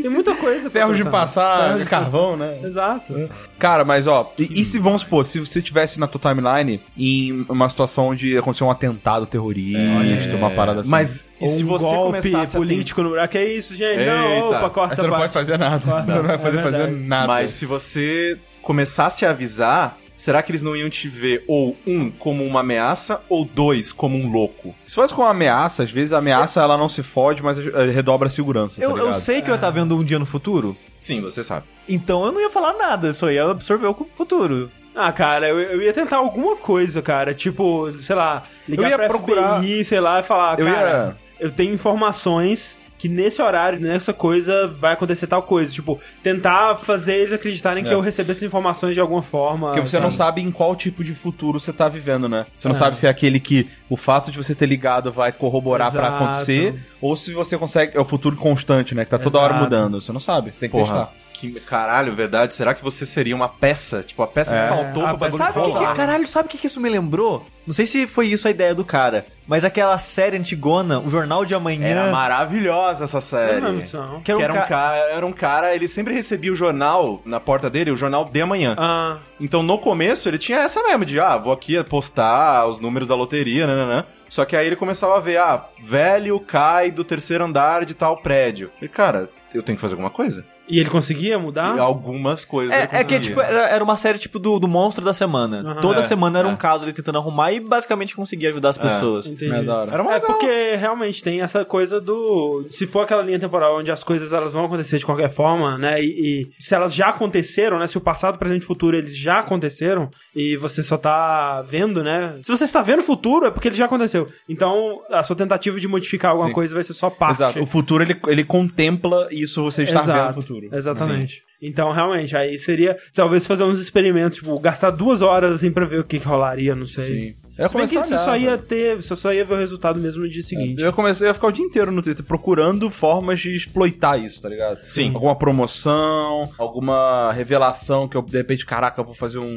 Speaker 2: Tem muita coisa. pra
Speaker 4: Ferro de
Speaker 2: colecionar.
Speaker 4: passar,
Speaker 2: Ferro de
Speaker 4: carvão, né?
Speaker 2: passar. Exato.
Speaker 4: Cara, mas ó, e, e se vamos supor, se você tivesse na tua timeline em uma situação onde aconteceu um atentado terrorista, uma parada assim.
Speaker 1: Mas e
Speaker 2: Ou
Speaker 1: se
Speaker 2: um
Speaker 1: você
Speaker 2: golpe
Speaker 1: começasse a
Speaker 2: político no buraco, é isso, gente. Não,
Speaker 1: Eita.
Speaker 2: opa, corta
Speaker 4: Aí você não
Speaker 2: a parte.
Speaker 4: pode fazer nada.
Speaker 2: Claro.
Speaker 4: Você não vai
Speaker 2: É
Speaker 4: poder fazer
Speaker 2: verdade.
Speaker 1: ten-
Speaker 4: nada.
Speaker 1: Mas se você começasse a avisar, será que eles não iam te ver ou um como uma ameaça ou dois como um louco?
Speaker 4: se fosse com uma ameaça, às vezes a ameaça ela não se fode, mas eh, redobra a segurança. tá
Speaker 3: Eu, eu
Speaker 4: ligado?
Speaker 3: sei que eu ia estar vendo um dia no futuro,
Speaker 1: Sim, você sabe.
Speaker 3: então eu não ia falar nada, só ia absorver o futuro.
Speaker 2: Ah, cara, eu, eu ia tentar alguma coisa, cara. Tipo, sei lá, ligar
Speaker 4: Eu ia
Speaker 2: pra
Speaker 4: procurar-
Speaker 2: FBI, sei lá, e falar,
Speaker 4: Eu
Speaker 2: cara, eu tenho informações que nesse horário, nessa coisa, vai acontecer tal coisa. Tipo, tentar fazer eles acreditarem que
Speaker 4: É.
Speaker 2: eu recebi essas informações de alguma forma.
Speaker 4: Porque você
Speaker 2: Ah, sabe?
Speaker 4: não sabe em qual tipo de futuro você tá vivendo, né? Você não
Speaker 2: É.
Speaker 4: sabe se é aquele que o fato de você ter ligado vai corroborar pra
Speaker 2: Exato.
Speaker 4: acontecer, ou se você consegue. É o futuro constante, né? Que tá toda hora
Speaker 2: Exato.
Speaker 4: mudando. Você não sabe, você tem que
Speaker 1: Porra.
Speaker 4: testar.
Speaker 1: que caralho, verdade, será que você seria uma peça? Tipo, a peça que faltou
Speaker 2: a
Speaker 1: pra bagulho
Speaker 3: Ah, Sabe o que, que- é
Speaker 1: rolar.
Speaker 3: caralho, sabe o que, que isso me lembrou? Não sei se foi isso a ideia do cara, mas aquela série antigona, o Jornal de Amanhã.
Speaker 1: Era maravilhosa essa série.
Speaker 2: Não, não.
Speaker 1: Que era, um
Speaker 3: ca-
Speaker 1: cara, era um cara, ele sempre recebia o jornal na porta dele, o jornal de amanhã.
Speaker 2: Ah,
Speaker 1: Então no começo ele tinha essa mesmo de, ah, vou aqui postar os números da loteria, nananã. Só que aí ele começava a ver, ah, velho cai do terceiro andar de tal prédio. E cara, eu tenho que fazer alguma coisa?
Speaker 2: e ele conseguia
Speaker 1: E
Speaker 2: mudar?
Speaker 1: algumas coisas ele
Speaker 3: É, é que
Speaker 1: conseguia.
Speaker 3: tipo, era, era uma série tipo do, do monstro da semana.
Speaker 2: Aham.
Speaker 3: Toda
Speaker 1: É,
Speaker 3: semana era
Speaker 1: é.
Speaker 3: um caso ele tentando arrumar e basicamente conseguia ajudar as pessoas.
Speaker 2: Entendi.
Speaker 1: Era uma
Speaker 2: É porque realmente tem essa coisa do. Se for aquela linha temporal onde as coisas elas vão acontecer de qualquer forma, né? E, e se elas já aconteceram, né? Se o passado, presente e futuro eles já aconteceram e você só tá vendo, né? Se você está vendo o futuro é porque ele já aconteceu. Então a sua tentativa de modificar alguma
Speaker 4: Sim.
Speaker 2: coisa vai ser só parte.
Speaker 4: Exato. O futuro ele, ele contempla isso você está vendo no
Speaker 2: Exato,
Speaker 4: futuro.
Speaker 2: Exatamente. Então, realmente, aí seria talvez fazer uns experimentos, tipo, gastar duas horas assim pra ver o que, que rolaria, não sei.
Speaker 4: Sim. Eu ia
Speaker 2: Se bem que
Speaker 4: começar
Speaker 2: você
Speaker 4: a
Speaker 2: só
Speaker 4: olhar, né?
Speaker 2: ia ter. Você só ia ver o resultado mesmo no dia
Speaker 1: é-
Speaker 2: seguinte.
Speaker 4: Eu comecei a ficar o dia inteiro no Twitter procurando formas de exploitar isso, tá ligado?
Speaker 1: Sim.
Speaker 4: Alguma promoção, alguma revelação que eu, de repente, caraca, eu vou fazer um,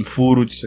Speaker 4: um furo disso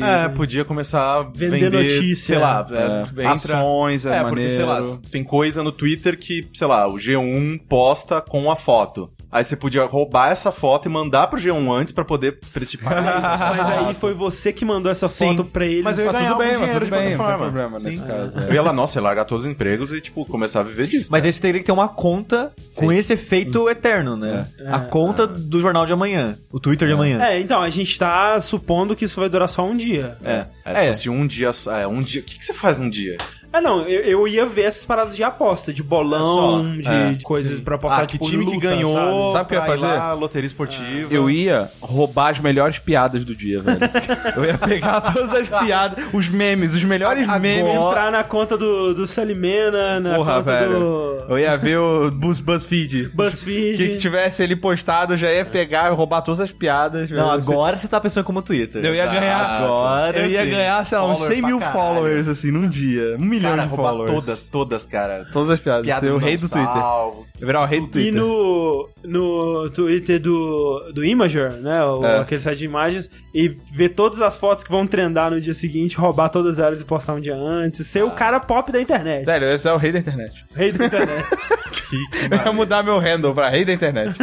Speaker 1: É, podia começar a
Speaker 2: Vender
Speaker 1: vender,
Speaker 2: notícia.
Speaker 1: sei lá,
Speaker 4: É,
Speaker 1: é, entra-
Speaker 4: Ações, é,
Speaker 1: É, porque, sei lá,
Speaker 4: maneiro.
Speaker 1: tem coisa no Twitter que, sei lá, o G1 posta com a foto. Aí você podia roubar essa foto e mandar pro G1 antes pra poder preticar.
Speaker 2: Mas aí foi você que mandou essa foto pra ele.
Speaker 1: Mas é- eu ia
Speaker 4: Tá
Speaker 1: ganhar
Speaker 4: tudo bem,
Speaker 1: algum
Speaker 4: mas
Speaker 1: dinheiro
Speaker 4: tudo
Speaker 1: de qualquer
Speaker 4: bem, não tem
Speaker 1: forma.
Speaker 4: problema nesse caso. é.
Speaker 1: Eu ia lá, nossa, ia largar todos os empregos e, tipo, começar a viver disso.
Speaker 3: Mas esse teria que ter uma conta com esse efeito eterno, né? A conta do jornal de amanhã, o Twitter de amanhã.
Speaker 2: É, então, a gente tá supondo que isso vai durar só um dia.
Speaker 3: É.
Speaker 1: É,
Speaker 3: É.
Speaker 1: se fosse um dia. só- É, um dia. O que, que você faz num dia?
Speaker 2: Ah, não, eu, eu ia ver essas paradas de aposta, de bolão,
Speaker 1: É só.
Speaker 2: de,
Speaker 1: É,
Speaker 2: de coisas pra apostar,
Speaker 1: ah, que
Speaker 2: tipo,
Speaker 1: time
Speaker 2: luta,
Speaker 1: que ganhou.
Speaker 2: sabe?
Speaker 4: Sabe o que eu ia
Speaker 1: pra ir
Speaker 4: fazer?
Speaker 1: lá, loteria esportiva.
Speaker 4: Eu ia roubar as melhores piadas do dia, velho. Eu ia pegar todas as piadas, os memes, os melhores memes.
Speaker 2: Entrar na conta do, do Salimena, na
Speaker 4: Porra,
Speaker 2: conta
Speaker 4: velho.
Speaker 2: do
Speaker 4: Eu ia ver o Buzz, BuzzFeed.
Speaker 2: BuzzFeed.
Speaker 4: Que, que tivesse ele postado, eu já ia pegar e roubar todas as piadas. velho.
Speaker 3: Não, agora você tá pensando como Twitter.
Speaker 4: Eu ia ganhar.
Speaker 3: Agora
Speaker 4: Eu ia
Speaker 3: sim.
Speaker 4: ganhar, sei lá, uns
Speaker 1: Follower
Speaker 4: 100 mil
Speaker 1: pra caralho.
Speaker 4: followers, assim, num dia. Um milhão
Speaker 1: Cara,
Speaker 4: de
Speaker 1: roubar
Speaker 4: followers.
Speaker 1: todas, todas, cara.
Speaker 4: Todas as piadas.
Speaker 1: Piada
Speaker 4: ser o
Speaker 1: não
Speaker 4: rei do Twitter.
Speaker 1: salvo.
Speaker 4: Eu virar o rei do
Speaker 2: E
Speaker 4: Twitter.
Speaker 2: no, no Twitter do, do Imager, né? o-
Speaker 4: É.
Speaker 2: Aquele site de imagens, e ver todas as fotos que vão trendar no dia seguinte, roubar todas elas e postar um dia antes, ser
Speaker 1: Ah.
Speaker 2: o cara pop da internet.
Speaker 4: Velho, eu ia ser o rei da internet.
Speaker 2: Rei da internet.
Speaker 4: Eu ia mudar meu handle pra rei da internet.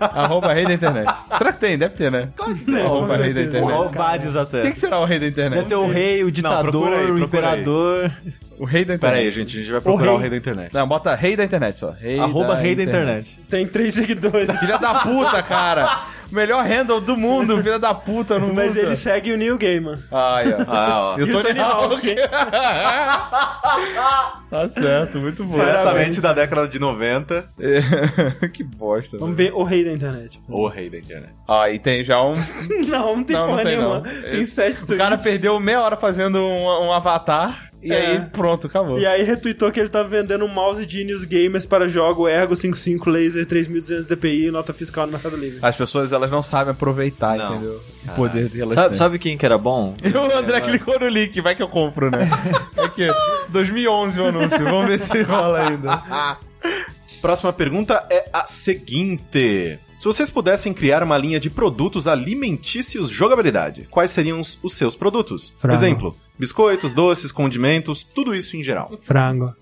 Speaker 4: Arroba rei da internet. Será que tem? Deve ter, né? Claro que
Speaker 2: tem.
Speaker 4: Arroba
Speaker 2: Com
Speaker 4: rei da
Speaker 2: certeza.
Speaker 4: internet.
Speaker 3: Ó, Vários até.
Speaker 4: Quem que será o rei da
Speaker 3: Deve
Speaker 4: internet?
Speaker 3: ter o rei, o ditador,
Speaker 1: procura aí,
Speaker 3: o
Speaker 1: procura aí.
Speaker 3: imperador.
Speaker 4: O rei da
Speaker 1: Pera
Speaker 4: internet.
Speaker 1: aí, gente, a gente vai procurar
Speaker 2: rei.
Speaker 1: o rei da internet.
Speaker 4: Não, bota rei da internet só. Rei
Speaker 3: Arroba rei da internet.
Speaker 2: Tem três seguidores.
Speaker 4: Filha da puta, cara. Melhor handle do mundo, filha da puta, não
Speaker 2: Mas
Speaker 4: usa.
Speaker 2: ele segue o Neil Gaiman.
Speaker 4: Ai, ó.
Speaker 1: Ah, ó.
Speaker 4: E o
Speaker 2: E o
Speaker 4: Tony
Speaker 2: Tony
Speaker 4: Hawk. tá certo, muito bom.
Speaker 1: Diretamente da década de 90.
Speaker 4: É, que bosta.
Speaker 2: Vamos
Speaker 4: velho.
Speaker 2: ver o rei da internet.
Speaker 1: O rei da internet.
Speaker 4: Ah, e tem já um.
Speaker 2: Não, não tem
Speaker 4: Não, não
Speaker 2: porra
Speaker 4: tem,
Speaker 2: nenhuma.
Speaker 4: não.
Speaker 2: Tem
Speaker 4: Esse-
Speaker 2: sete
Speaker 4: O
Speaker 2: tweets.
Speaker 4: cara perdeu meia hora fazendo um, um avatar e
Speaker 2: É.
Speaker 4: aí pronto, acabou.
Speaker 2: E aí retweetou que ele tá vendendo um mouse de Genius Gamers para jogo Ergo 55 Laser 3200 DPI e nota fiscal no Mercado Livre.
Speaker 4: As pessoas elas não sabem aproveitar,
Speaker 1: Não.
Speaker 4: entendeu? O poder delas.
Speaker 3: Sabe,
Speaker 4: têm.
Speaker 3: sabe quem que era bom?
Speaker 4: E o André clicou no link, vai que eu compro, né? É que 2011 o anúncio, vamos ver se rola ainda.
Speaker 1: Próxima pergunta é a seguinte. Se vocês pudessem criar uma linha de produtos alimentícios jogabilidade, quais seriam os, os seus produtos?
Speaker 2: Frango.
Speaker 1: Exemplo, biscoitos, doces, condimentos, tudo isso em geral.
Speaker 2: Frango.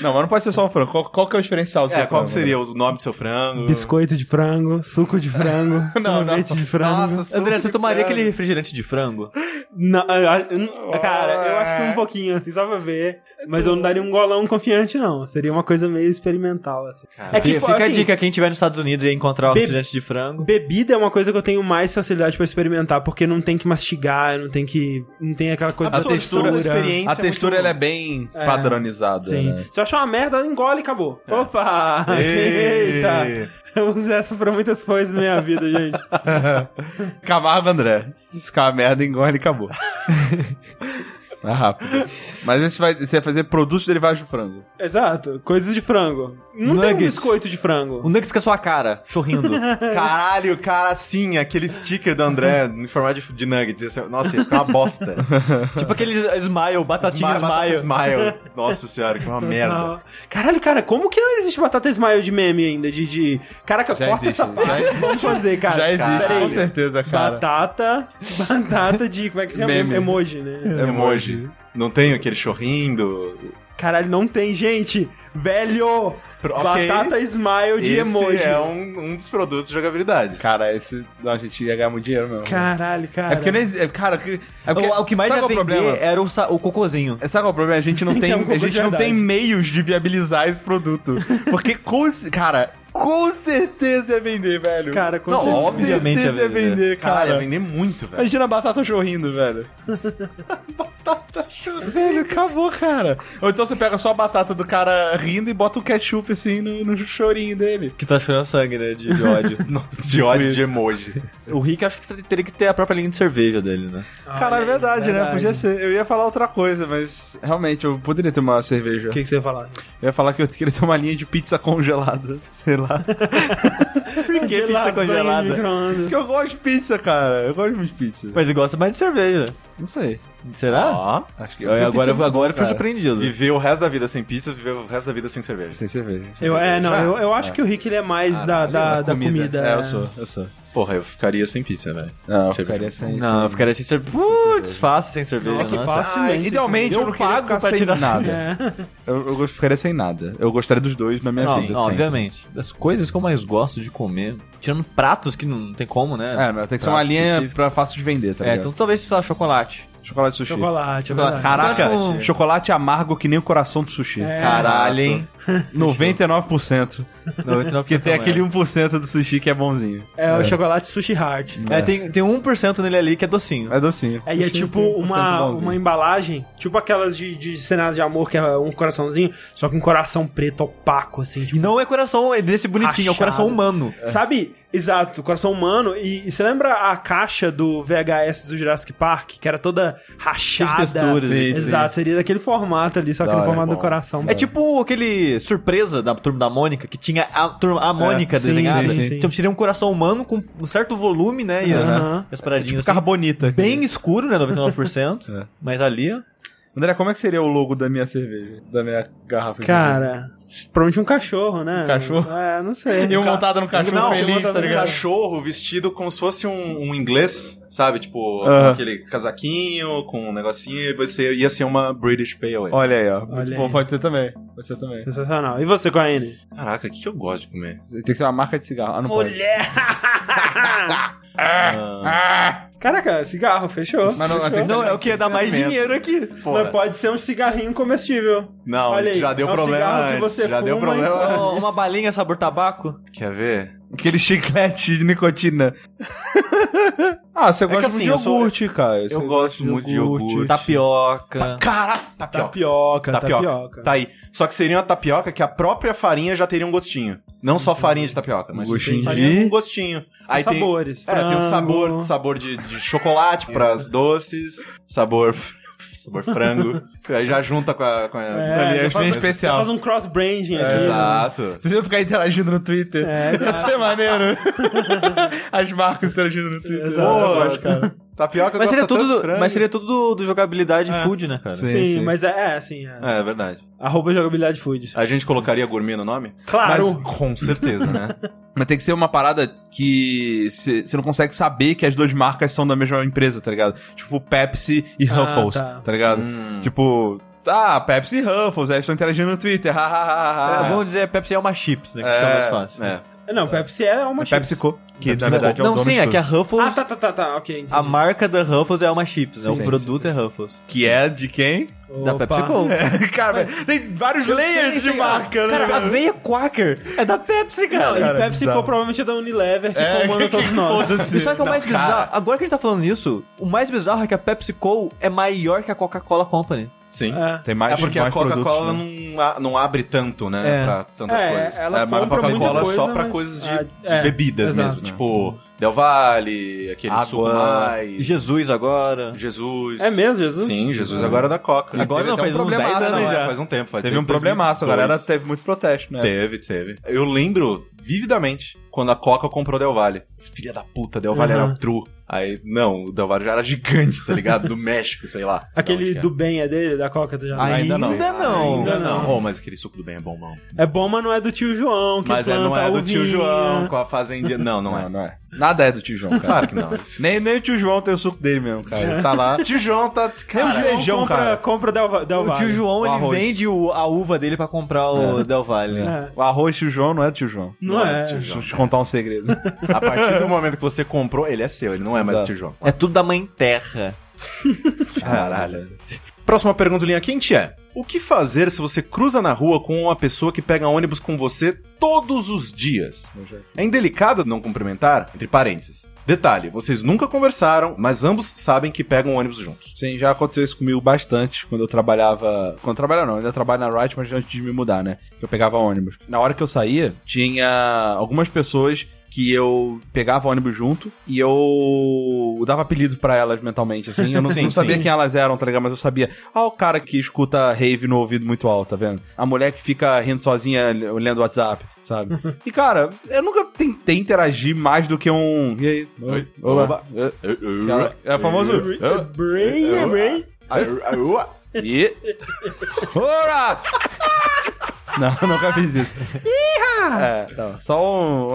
Speaker 4: Não, mas não pode ser só um frango. Qual, qual que é o diferencial? do seu
Speaker 1: É, qual
Speaker 4: frango,
Speaker 1: que seria o nome do seu frango?
Speaker 2: Biscoito de frango, suco de frango,
Speaker 4: Não, não.
Speaker 2: sorvete de frango.
Speaker 4: Nossa, suco
Speaker 3: André, você
Speaker 4: de
Speaker 3: tomaria
Speaker 4: frango.
Speaker 3: aquele refrigerante de frango?
Speaker 2: Não, eu acho- eu
Speaker 1: Ah.
Speaker 2: não- cara, eu acho que um pouquinho, assim, só pra ver.
Speaker 1: É
Speaker 2: Mas eu não daria um golão confiante, não. Seria uma coisa meio experimental, assim.
Speaker 1: Cara,
Speaker 2: que
Speaker 3: Fica
Speaker 2: foi,
Speaker 3: a
Speaker 2: assim,
Speaker 3: dica, quem tiver nos Estados Unidos e encontrar o
Speaker 2: Be-
Speaker 3: refrigerante de frango.
Speaker 2: Bebida é uma coisa que eu tenho mais facilidade pra experimentar, porque não tem que mastigar, não tem que. Não tem aquela coisa
Speaker 1: A textura da experiência.
Speaker 4: A
Speaker 1: Isso é
Speaker 4: textura
Speaker 1: muito
Speaker 4: ela é bem padronizada.
Speaker 2: Sim.
Speaker 4: Né?
Speaker 2: Se eu achar uma merda, engole e acabou.
Speaker 1: É.
Speaker 2: Opa! Eita!
Speaker 1: Eita!
Speaker 2: Eu uso essa pra muitas coisas na minha vida, gente.
Speaker 4: é Camargo André. Se ficar uma merda, engole e acabou. É rápido. Mas esse vai, você vai fazer produtos derivados de frango.
Speaker 2: Exato, coisas de frango. Não tem um
Speaker 3: Nuggets.
Speaker 2: biscoito de frango.
Speaker 3: O Nuggets com a sua cara, sorrindo.
Speaker 1: Caralho, cara, sim, aquele sticker do André em formato de, de nuggets. Esse é- Nossa, ia ficar uma bosta.
Speaker 3: tipo aquele smile, batatinha
Speaker 1: Smile, batata
Speaker 3: smile.
Speaker 1: smile. Nossa senhora, que uma merda.
Speaker 2: Ah, Caralho, cara, como que não existe batata smile de meme ainda? De, de... Caraca,
Speaker 4: Já
Speaker 2: corta
Speaker 4: existe,
Speaker 2: essa parte. Vamos fazer, cara.
Speaker 4: Já existe,
Speaker 2: Peraí.
Speaker 4: com certeza, cara.
Speaker 2: Batata, batata de. Como é que chama?
Speaker 4: Meme.
Speaker 2: Emoji, né?
Speaker 4: um
Speaker 1: Emoji. Não tem aquele chorrindo.
Speaker 2: Caralho, não tem, gente. Velho!
Speaker 1: Pro- ok.
Speaker 2: Batata smile de
Speaker 1: Esse
Speaker 2: emoji.
Speaker 1: é um, um dos produtos de jogabilidade.
Speaker 4: Cara, esse. Não, a gente ia ganhar muito dinheiro mesmo.
Speaker 2: Caralho, cara.
Speaker 4: É porque nem. exi- é, Cara, que- é porque,
Speaker 3: O, o que mais
Speaker 4: sabe
Speaker 3: ia
Speaker 4: qual é o
Speaker 3: vender
Speaker 4: problema?
Speaker 3: era o, sa- o cocôzinho.
Speaker 4: É, Sabe qual é o problema? A gente não tem,
Speaker 2: É um cocô
Speaker 4: a gente
Speaker 2: de
Speaker 4: não tem
Speaker 2: verdade.
Speaker 4: meios de viabilizar esse produto. Porque com, ce- cara, com certeza ia vender, velho.
Speaker 2: Cara, com
Speaker 3: Não,
Speaker 2: certeza.
Speaker 4: com
Speaker 3: óbvio. obviamente
Speaker 4: certeza ia
Speaker 3: ia
Speaker 4: vender,
Speaker 2: É,
Speaker 3: vender.
Speaker 4: cara.
Speaker 1: Caralho, ia vender muito, velho.
Speaker 4: Imagina a batata chorrindo, velho. batata chorrindo. Velho, acabou, cara. Ou então você pega só a batata do cara rindo e bota o ketchup assim no, no chorinho dele. Tipo
Speaker 3: Que tá chorando sangue, né? De, de ódio.
Speaker 1: De
Speaker 2: tipo
Speaker 1: ódio de emoji.
Speaker 3: o Rick acho que teria que ter a própria linha de cerveja dele, né?
Speaker 2: Olha
Speaker 4: Caralho,
Speaker 2: aí,
Speaker 4: verdade, né? Podia ser. Eu ia falar outra coisa, mas realmente eu poderia ter uma cerveja.
Speaker 2: O que, que você ia falar?
Speaker 4: Eu ia falar que eu queria ter uma linha de pizza congelada. Sei lá.
Speaker 3: Por que pizza
Speaker 2: Lasanha de
Speaker 3: congelada?
Speaker 2: micro-ondas.
Speaker 4: Porque eu gosto de pizza, cara. Eu gosto muito de pizza.
Speaker 3: Mas ele gosta mais de cerveja.
Speaker 4: Não sei.
Speaker 3: Será?
Speaker 1: Ó.
Speaker 4: Acho que
Speaker 3: Ah, Eu- agora
Speaker 4: pizza é
Speaker 3: agora eu
Speaker 4: bom,
Speaker 3: fui
Speaker 4: cara.
Speaker 3: surpreendido.
Speaker 1: Viver o resto da vida sem pizza, viver o resto da vida sem cerveja. Ah,
Speaker 4: Sem cerveja.
Speaker 2: Eu, é, não,
Speaker 1: Já?
Speaker 2: eu, eu acho que o Rick ele é mais da, da, da comida.
Speaker 4: É, Ah. eu sou, eu sou.
Speaker 1: Porra, eu ficaria sem pizza, velho.
Speaker 4: Não, eu
Speaker 1: Cerveja.
Speaker 4: ficaria sem.
Speaker 3: Não, eu
Speaker 4: sem-
Speaker 3: ficaria sem cerveja. Putz, fácil sem cerveja.
Speaker 2: Nossa, que
Speaker 3: nossa.
Speaker 2: fácil.
Speaker 4: Ah, idealmente eu,
Speaker 3: Eu
Speaker 4: não queria
Speaker 3: pago
Speaker 4: ficar
Speaker 3: pra
Speaker 4: sem
Speaker 3: tirar
Speaker 4: nada.
Speaker 2: É.
Speaker 4: Eu, eu gost- ficaria sem nada. Eu gostaria dos dois na minha
Speaker 3: Não,
Speaker 4: vida.
Speaker 3: não,
Speaker 4: sim.
Speaker 3: obviamente. Das coisas que eu mais gosto de comer, tirando pratos que não tem como, né?
Speaker 4: É, mas tem que ser uma
Speaker 3: Prato
Speaker 4: linha
Speaker 3: específico.
Speaker 4: pra fácil de vender, tá
Speaker 3: É,
Speaker 4: ligado?
Speaker 3: então talvez, sei lá, chocolate.
Speaker 4: Chocolate sushi.
Speaker 2: Chocolate, é verdade.
Speaker 4: Caraca,
Speaker 3: Chocolate com-
Speaker 4: chocolate amargo que nem o coração do sushi.
Speaker 2: É.
Speaker 3: Caralho, hein?
Speaker 4: 99%.
Speaker 3: 99%
Speaker 4: Porque tem
Speaker 3: não é.
Speaker 4: aquele 1% do sushi que é bonzinho.
Speaker 2: É, o chocolate sushi heart.
Speaker 3: É, tem, tem 1% nele ali que é docinho.
Speaker 4: É docinho.
Speaker 2: É, e é
Speaker 4: Sushi
Speaker 2: tipo
Speaker 4: tem 1%
Speaker 2: uma,
Speaker 4: bonzinho.
Speaker 2: uma embalagem, tipo aquelas de, de cenários de amor, que é um coraçãozinho, só com um coração preto opaco, assim.
Speaker 3: E
Speaker 2: Tipo,
Speaker 3: não é coração é desse bonitinho, é o coração
Speaker 2: Achado.
Speaker 3: humano.
Speaker 2: Sabe? Exato, coração humano. E, e você lembra a caixa do VHS do Jurassic Park, que era toda rachada?
Speaker 3: Cheia de texturas,
Speaker 4: Sim, sim.
Speaker 2: Exato, seria daquele formato ali, só que
Speaker 4: Da
Speaker 2: no
Speaker 4: hora,
Speaker 2: formato
Speaker 4: é
Speaker 2: do
Speaker 4: bom.
Speaker 2: coração.
Speaker 3: É tipo aquele surpresa da turma da Mônica, que tinha a, turma, a Mônica
Speaker 2: sim,
Speaker 3: desenhada.
Speaker 2: sim, sim.
Speaker 3: Então seria um coração humano com um certo volume, né? E as,
Speaker 2: Aham.
Speaker 3: as
Speaker 4: É tipo
Speaker 3: paradinhas assim.
Speaker 4: carbonita.
Speaker 3: Bem escuro, né? 99%.
Speaker 4: É.
Speaker 3: Mas ali, ó.
Speaker 4: André, como é que seria o logo da minha cerveja? Da minha garrafa de
Speaker 2: Cara, provavelmente um cachorro, né?
Speaker 4: Um cachorro?
Speaker 2: É, não sei.
Speaker 4: cerveja? Eu um montado no cachorro
Speaker 1: Não,
Speaker 4: feliz,
Speaker 1: um
Speaker 4: tá ligado?
Speaker 1: cachorro vestido como se fosse um, um inglês, sabe? Tipo,
Speaker 4: Ah.
Speaker 1: com aquele casaquinho, com um negocinho, e você ia ser uma British Pale Ale.
Speaker 4: Olha aí, ó. Muito
Speaker 2: Olha
Speaker 4: bom,
Speaker 2: aí.
Speaker 4: Tipo, pode ser também. Pode ser também.
Speaker 2: Sensacional. E você, Coine?
Speaker 1: Caraca, o que, que eu gosto de comer?
Speaker 4: Tem que ser uma marca de cigarro. Ah, não pode.
Speaker 1: Ah,
Speaker 2: Caraca, cigarro, fechou.
Speaker 4: Mas não-
Speaker 2: fechou.
Speaker 4: tem
Speaker 3: Não, é o que ia dar mais
Speaker 1: Experimento.
Speaker 3: dinheiro aqui.
Speaker 2: Mas
Speaker 1: porra.
Speaker 2: pode ser um cigarrinho comestível.
Speaker 1: Não,
Speaker 2: Olha
Speaker 1: isso
Speaker 2: aí,
Speaker 1: já deu
Speaker 2: é um
Speaker 1: problema
Speaker 2: cigarro que
Speaker 1: antes.
Speaker 2: você
Speaker 1: já deu
Speaker 2: fuma
Speaker 1: problema
Speaker 3: Ó,
Speaker 1: antes.
Speaker 3: Uma balinha sabor tabaco.
Speaker 1: Quer ver?
Speaker 4: Aquele chiclete de nicotina. ah, você gosta
Speaker 1: que assim, eu
Speaker 4: muito de
Speaker 1: sou-
Speaker 4: iogurte, cara. Você
Speaker 1: Eu
Speaker 4: gosta
Speaker 1: gosto muito de iogurte.
Speaker 4: Tá,
Speaker 3: Tapioca.
Speaker 1: Caraca, tapioca.
Speaker 2: Tapioca, tapioca.
Speaker 1: Tapioca. Tá aí. Só que seria uma tapioca que a própria farinha já teria um gostinho. Não só farinha de tapioca,
Speaker 3: Um
Speaker 1: mas
Speaker 4: Gostinho
Speaker 1: farinha
Speaker 4: de-
Speaker 1: com gostinho. Aí tem,
Speaker 2: sabores.
Speaker 1: É, tem o sabor,
Speaker 2: frango.
Speaker 1: sabor de, de chocolate pras doces, sabor, sabor frango. Aí já junta com a. Com a
Speaker 2: É,
Speaker 4: Ali,
Speaker 2: já
Speaker 4: é
Speaker 2: faz-
Speaker 4: bem especial.
Speaker 2: Faz um cross-branding aqui.
Speaker 1: É, Exato.
Speaker 4: Vocês iam ficar interagindo no Twitter.
Speaker 2: É,
Speaker 4: Ia ser maneiro. As marcas interagindo no Twitter.
Speaker 2: Exato.
Speaker 4: Boa, eu acho,
Speaker 2: é.
Speaker 4: cara.
Speaker 1: Tapioca
Speaker 3: Mas
Speaker 1: gosta
Speaker 3: seria,
Speaker 4: tá
Speaker 1: tanto de
Speaker 3: tudo do,
Speaker 1: frango.
Speaker 3: mas seria tudo do, do jogabilidade food, né, cara?
Speaker 4: É. Sim.
Speaker 2: Sim, mas é, é assim. É.
Speaker 1: É, é verdade.
Speaker 2: Arroba jogabilidade food.
Speaker 1: A gente colocaria gourmet no nome?
Speaker 2: Claro.
Speaker 1: Mas com certeza, né?
Speaker 4: Mas tem que ser uma parada que você não consegue saber que as duas marcas são da mesma empresa, tá ligado? Tipo Pepsi e
Speaker 2: Ah,
Speaker 4: Ruffles, tá.
Speaker 2: tá.
Speaker 4: ligado?
Speaker 1: Hum.
Speaker 4: Tipo, ah, Pepsi e Ruffles, eles estão interagindo no Twitter. ha, ha, ha, ha, ha.
Speaker 3: É, vamos dizer, Pepsi é uma chips, né? Que
Speaker 4: É,
Speaker 3: fica mais fácil.
Speaker 1: é.
Speaker 2: Não, Pepsi é uma
Speaker 4: É
Speaker 2: chips.
Speaker 4: PepsiCo, que
Speaker 1: PepsiCo.
Speaker 4: na verdade é o
Speaker 3: Não,
Speaker 4: dono
Speaker 3: sim,
Speaker 4: de
Speaker 3: é
Speaker 4: tudo.
Speaker 3: que a Ruffles,
Speaker 2: Ah, tá, tá, tá, tá. Ok, entendi.
Speaker 3: a marca da Ruffles é uma chips, né?
Speaker 4: Sim,
Speaker 3: o
Speaker 4: sim,
Speaker 3: produto é Ruffles.
Speaker 4: Que é de quem?
Speaker 3: Da
Speaker 2: Opa.
Speaker 3: PepsiCo.
Speaker 4: cara, velho, tem vários layers
Speaker 3: Sim,
Speaker 4: de
Speaker 3: sim,
Speaker 4: marca, né?
Speaker 3: Cara, a
Speaker 4: velho?
Speaker 3: veia Quaker é da Pepsi,
Speaker 2: Não,
Speaker 3: cara.
Speaker 2: e
Speaker 4: Cara,
Speaker 2: PepsiCo
Speaker 4: bizarro.
Speaker 2: provavelmente é da Unilever que
Speaker 4: É,
Speaker 2: comanda
Speaker 4: que-
Speaker 2: todos nós.
Speaker 4: Foda-se.
Speaker 3: E sabe o que é o mais bizarro? Agora que a gente tá falando nisso, o mais bizarro é que a PepsiCo é maior que a Coca-Cola Company.
Speaker 1: Sim.
Speaker 2: É.
Speaker 4: Tem mais
Speaker 1: é porque a
Speaker 4: mais
Speaker 1: Coca-Cola
Speaker 4: produtos, né?
Speaker 1: não, a- não abre tanto, né?
Speaker 3: É.
Speaker 1: Pra tantas
Speaker 2: É,
Speaker 1: coisas.
Speaker 2: ela
Speaker 1: mas a
Speaker 2: compra muita
Speaker 1: Coca-Cola é só
Speaker 2: coisa,
Speaker 1: pra
Speaker 2: mas-
Speaker 1: coisas de,
Speaker 2: Ah,
Speaker 1: de
Speaker 2: é,
Speaker 1: bebidas
Speaker 2: exato.
Speaker 1: mesmo. Tipo, Del Valle, aquele
Speaker 3: Água.
Speaker 1: suco mais.
Speaker 3: Jesus agora.
Speaker 1: Jesus.
Speaker 2: É mesmo, Jesus?
Speaker 1: Sim, Jesus agora é da Coca.
Speaker 3: Agora
Speaker 1: Teve
Speaker 4: um
Speaker 3: não,
Speaker 1: até
Speaker 3: faz uns 10
Speaker 1: problemaço,
Speaker 3: anos
Speaker 1: né?
Speaker 3: já.
Speaker 1: Faz um tempo. faz
Speaker 4: Teve um
Speaker 1: desde
Speaker 4: problemaço, a
Speaker 1: 2002.
Speaker 4: galera teve muito protesto, né?
Speaker 1: É. Teve, teve. Eu lembro vividamente quando a Coca comprou Del Valle. Filha da puta, Del Valle
Speaker 2: Aham.
Speaker 1: era true. Aí, não, o Del Valle já era gigante, tá ligado? Do México, sei lá. Da
Speaker 2: Aquele
Speaker 1: onde que é. Ah,
Speaker 2: do bem é dele, da Coca do Janela.
Speaker 3: Ainda
Speaker 4: Ainda
Speaker 3: não.
Speaker 4: não.
Speaker 1: Ainda
Speaker 2: Ainda
Speaker 1: não.
Speaker 2: não.
Speaker 1: Oh, mas aquele suco do bem é bom, mano.
Speaker 2: É bom, mas não é do tio João, que
Speaker 1: Mas é,
Speaker 2: planta
Speaker 1: não é
Speaker 2: a
Speaker 1: do tio
Speaker 2: uvinha.
Speaker 1: João com a fazendinha. Não, não é.
Speaker 4: Não, não é. Nada é do tio João, cara.
Speaker 1: Claro que não.
Speaker 4: nem, nem o tio João tem o suco dele mesmo, cara. Ele tá lá. um
Speaker 1: tio João tá.
Speaker 2: Tio
Speaker 1: Cara,
Speaker 2: João
Speaker 4: feijão,
Speaker 2: compra,
Speaker 4: cara.
Speaker 2: compra Del, Del
Speaker 3: O tio
Speaker 2: Valle.
Speaker 3: João, ele
Speaker 4: arroz.
Speaker 3: vende o- a uva dele pra comprar o Del Valle.
Speaker 2: É.
Speaker 4: O arroz tio João não é do tio João.
Speaker 2: Não, é.
Speaker 1: do tio João.
Speaker 4: Deixa eu te contar um segredo.
Speaker 1: A partir do momento que você comprou, ele é seu, ele não é mais
Speaker 4: Exato.
Speaker 1: do tio João.
Speaker 3: É tudo da mãe terra.
Speaker 1: Caralho. Próxima pergunta linha quente é: O que fazer se você cruza na rua com uma pessoa que pega ônibus com você todos os dias? É indelicado não cumprimentar? Entre parênteses. Detalhe, vocês nunca conversaram, mas ambos sabem que pegam ônibus juntos.
Speaker 4: Sim, já aconteceu isso comigo bastante quando eu trabalhava. Quando eu trabalhava, não, ainda trabalho na Riot, mas antes de me mudar, né? Que eu pegava ônibus. Na hora que eu saía, tinha algumas pessoas que eu pegava ônibus junto e eu dava apelido pra elas mentalmente, assim. Eu não,
Speaker 1: Sim,
Speaker 4: não sabia
Speaker 1: sim.
Speaker 4: quem elas eram, tá ligado? Mas eu sabia. Ah, o cara que escuta rave no ouvido muito alto, tá vendo? A mulher que fica rindo sozinha olhando o WhatsApp, sabe? e cara, eu nunca tentei interagir mais do que um. E aí?
Speaker 1: Oi.
Speaker 4: Oba. Cara, É o famoso.
Speaker 2: Brain, é Brain.
Speaker 4: E. Ora! Não, nunca fiz isso. É, não, só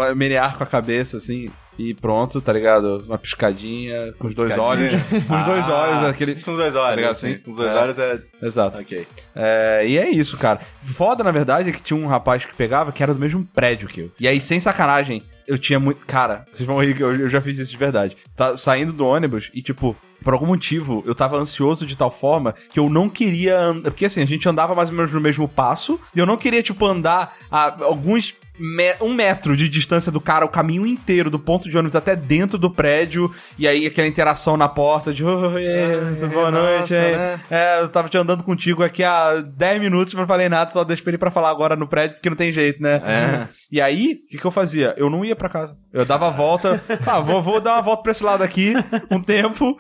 Speaker 4: um menear com a cabeça, assim, e pronto, tá ligado? Uma piscadinha, com os dois olhos.
Speaker 1: Piscadinha.
Speaker 4: Com os dois
Speaker 1: Ah.
Speaker 4: olhos, aquele.
Speaker 1: Com os dois
Speaker 4: Tá
Speaker 1: olhos,
Speaker 4: ligado,
Speaker 1: assim.
Speaker 4: sim.
Speaker 1: Com os dois
Speaker 4: É.
Speaker 1: olhos é.
Speaker 4: Exato.
Speaker 1: Ok.
Speaker 4: É, e é isso, cara. Foda, na verdade, é que tinha um rapaz que pegava que era do mesmo prédio que eu. E aí, sem sacanagem, eu tinha muito. Cara, vocês vão rir que eu, eu já fiz isso de verdade. Tá saindo do ônibus e, tipo, por algum motivo, eu tava ansioso de tal forma que eu não queria. And... Porque assim, a gente andava mais ou menos no mesmo passo e eu não queria, tipo, andar a alguns. me- Um metro de distância do cara, o caminho inteiro, do ponto de ônibus até dentro do prédio, e aí aquela interação na porta de "Oh, é, boa
Speaker 1: nossa,
Speaker 4: noite, é,
Speaker 1: né?
Speaker 4: é, eu tava te andando contigo aqui há 10 minutos, mas não falei nada, só deixei ele pra falar agora no prédio, porque não tem jeito, né?
Speaker 1: É.
Speaker 4: E aí, o que, que eu fazia? Eu não ia pra casa. Eu dava a volta. Ah, vou, vou dar uma volta pra esse lado aqui, um tempo,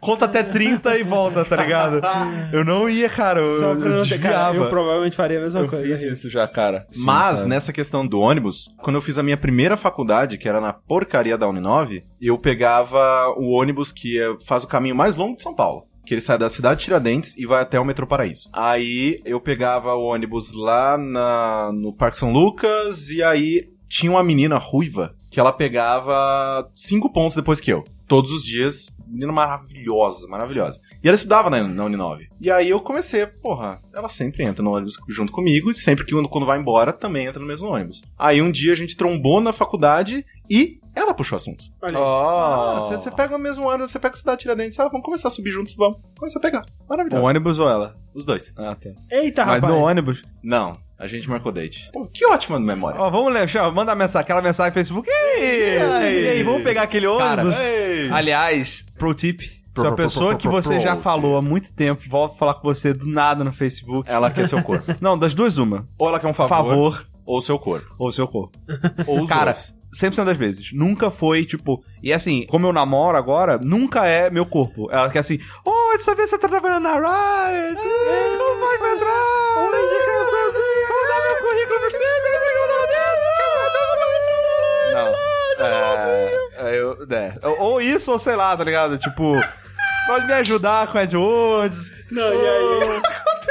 Speaker 4: conta até 30 e volta, tá ligado? Eu não ia, cara. Eu,
Speaker 2: Só pra
Speaker 4: eu
Speaker 2: não ter cara,
Speaker 4: desviava.
Speaker 2: eu né? provavelmente faria a mesma
Speaker 4: Eu
Speaker 2: coisa.
Speaker 4: fiz isso já, cara. Sim,
Speaker 1: Mas
Speaker 4: sabe?
Speaker 1: nessa questão do ônibus, quando eu fiz a minha primeira faculdade, que era na porcaria da Uninove, eu pegava o ônibus que eh, faz o caminho mais longo de São Paulo. Que ele sai da cidade de Tiradentes e vai até o Metrô Paraíso. Aí eu pegava o ônibus lá na- no Parque São Lucas e aí tinha uma menina ruiva que ela pegava cinco pontos depois que eu. Todos os dias. Menina maravilhosa, maravilhosa. E ela estudava na, na Uninove. E aí eu comecei, porra, ela sempre entra no ônibus junto comigo, e sempre que quando, quando vai embora, também entra no mesmo ônibus. Aí um dia a gente trombou na faculdade e ela puxou o assunto.
Speaker 2: Olha
Speaker 1: Ah,
Speaker 2: aí.
Speaker 4: Ó.
Speaker 1: você você pega o mesmo ônibus, você pega a cidade de Tiradentes, ah, vamos começar a subir juntos, vamos. Começa a pegar.
Speaker 4: O
Speaker 1: Maravilhoso.
Speaker 4: ônibus ou ela?
Speaker 1: Os dois.
Speaker 4: Ah, tá.
Speaker 2: Eita,
Speaker 4: Mas
Speaker 2: rapaz.
Speaker 4: no ônibus.
Speaker 1: Não, a gente marcou date. Pô, que ótima memória.
Speaker 4: Ó, vamos ler, chama, manda mensagem, aquela mensagem no Facebook. Ei!
Speaker 3: E aí, vamos pegar aquele ônibus?
Speaker 1: Ei.
Speaker 4: Aliás, pro tip.
Speaker 1: Pro,
Speaker 4: Se a
Speaker 1: pro, pro,
Speaker 4: pessoa
Speaker 1: pro,
Speaker 4: que
Speaker 1: pro, pro,
Speaker 4: você já
Speaker 1: pro,
Speaker 4: falou há muito tempo volta a falar com você do nada no Facebook.
Speaker 1: Ela quer seu corpo.
Speaker 4: Não, das duas, uma.
Speaker 1: Ou ela quer um
Speaker 4: Favor,
Speaker 1: favor, ou seu corpo.
Speaker 4: ou seu corpo.
Speaker 1: Ou os
Speaker 4: Cara,
Speaker 1: dois.
Speaker 4: 100% das vezes. Nunca foi, tipo... E assim, como eu namoro agora, nunca é meu corpo. Ela quer assim... Oh, eu sabia que você tá trabalhando na Riot. É, Como vai pra entrar? Vou dar meu currículo pra você. tá Não. É, eu,
Speaker 1: né.
Speaker 4: é. Ou isso, ou sei lá, tá ligado? Tipo... Pode me ajudar com Ed Woods.
Speaker 2: Não, e aí?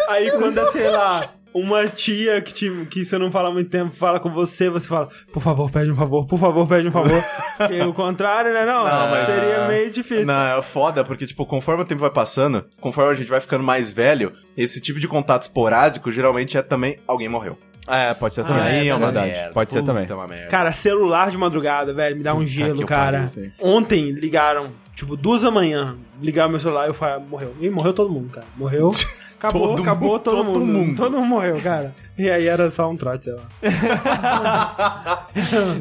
Speaker 2: aí quando é, sei lá, uma tia que, te, que você não fala há muito tempo fala com você, você fala, por favor, pede um favor, por favor, pede um favor. Porque o contrário, né? Não,
Speaker 1: Não, mas-
Speaker 2: seria meio difícil.
Speaker 1: Não, é foda, porque, tipo, conforme o tempo vai passando, conforme a gente vai ficando mais velho, esse tipo de contato esporádico geralmente é também alguém morreu.
Speaker 4: É, pode ser
Speaker 2: também.
Speaker 4: Aí é,
Speaker 2: é
Speaker 4: uma
Speaker 1: verdade.
Speaker 4: verdade. Pode ser
Speaker 1: Puta
Speaker 4: também.
Speaker 1: uma merda.
Speaker 2: Cara, celular de madrugada, velho, me dá um
Speaker 1: que
Speaker 2: gelo,
Speaker 1: eu pariu,
Speaker 2: cara.
Speaker 1: sim.
Speaker 2: Ontem ligaram, tipo, duas da manhã, ligaram meu celular e eu falei, "Ah, morreu. E morreu todo mundo, cara. Morreu. Acabou,
Speaker 1: Todo
Speaker 2: acabou
Speaker 1: mundo,
Speaker 2: todo,
Speaker 1: todo
Speaker 2: mundo.
Speaker 1: mundo.
Speaker 2: Todo mundo morreu, cara. E aí era só um trote, sei lá.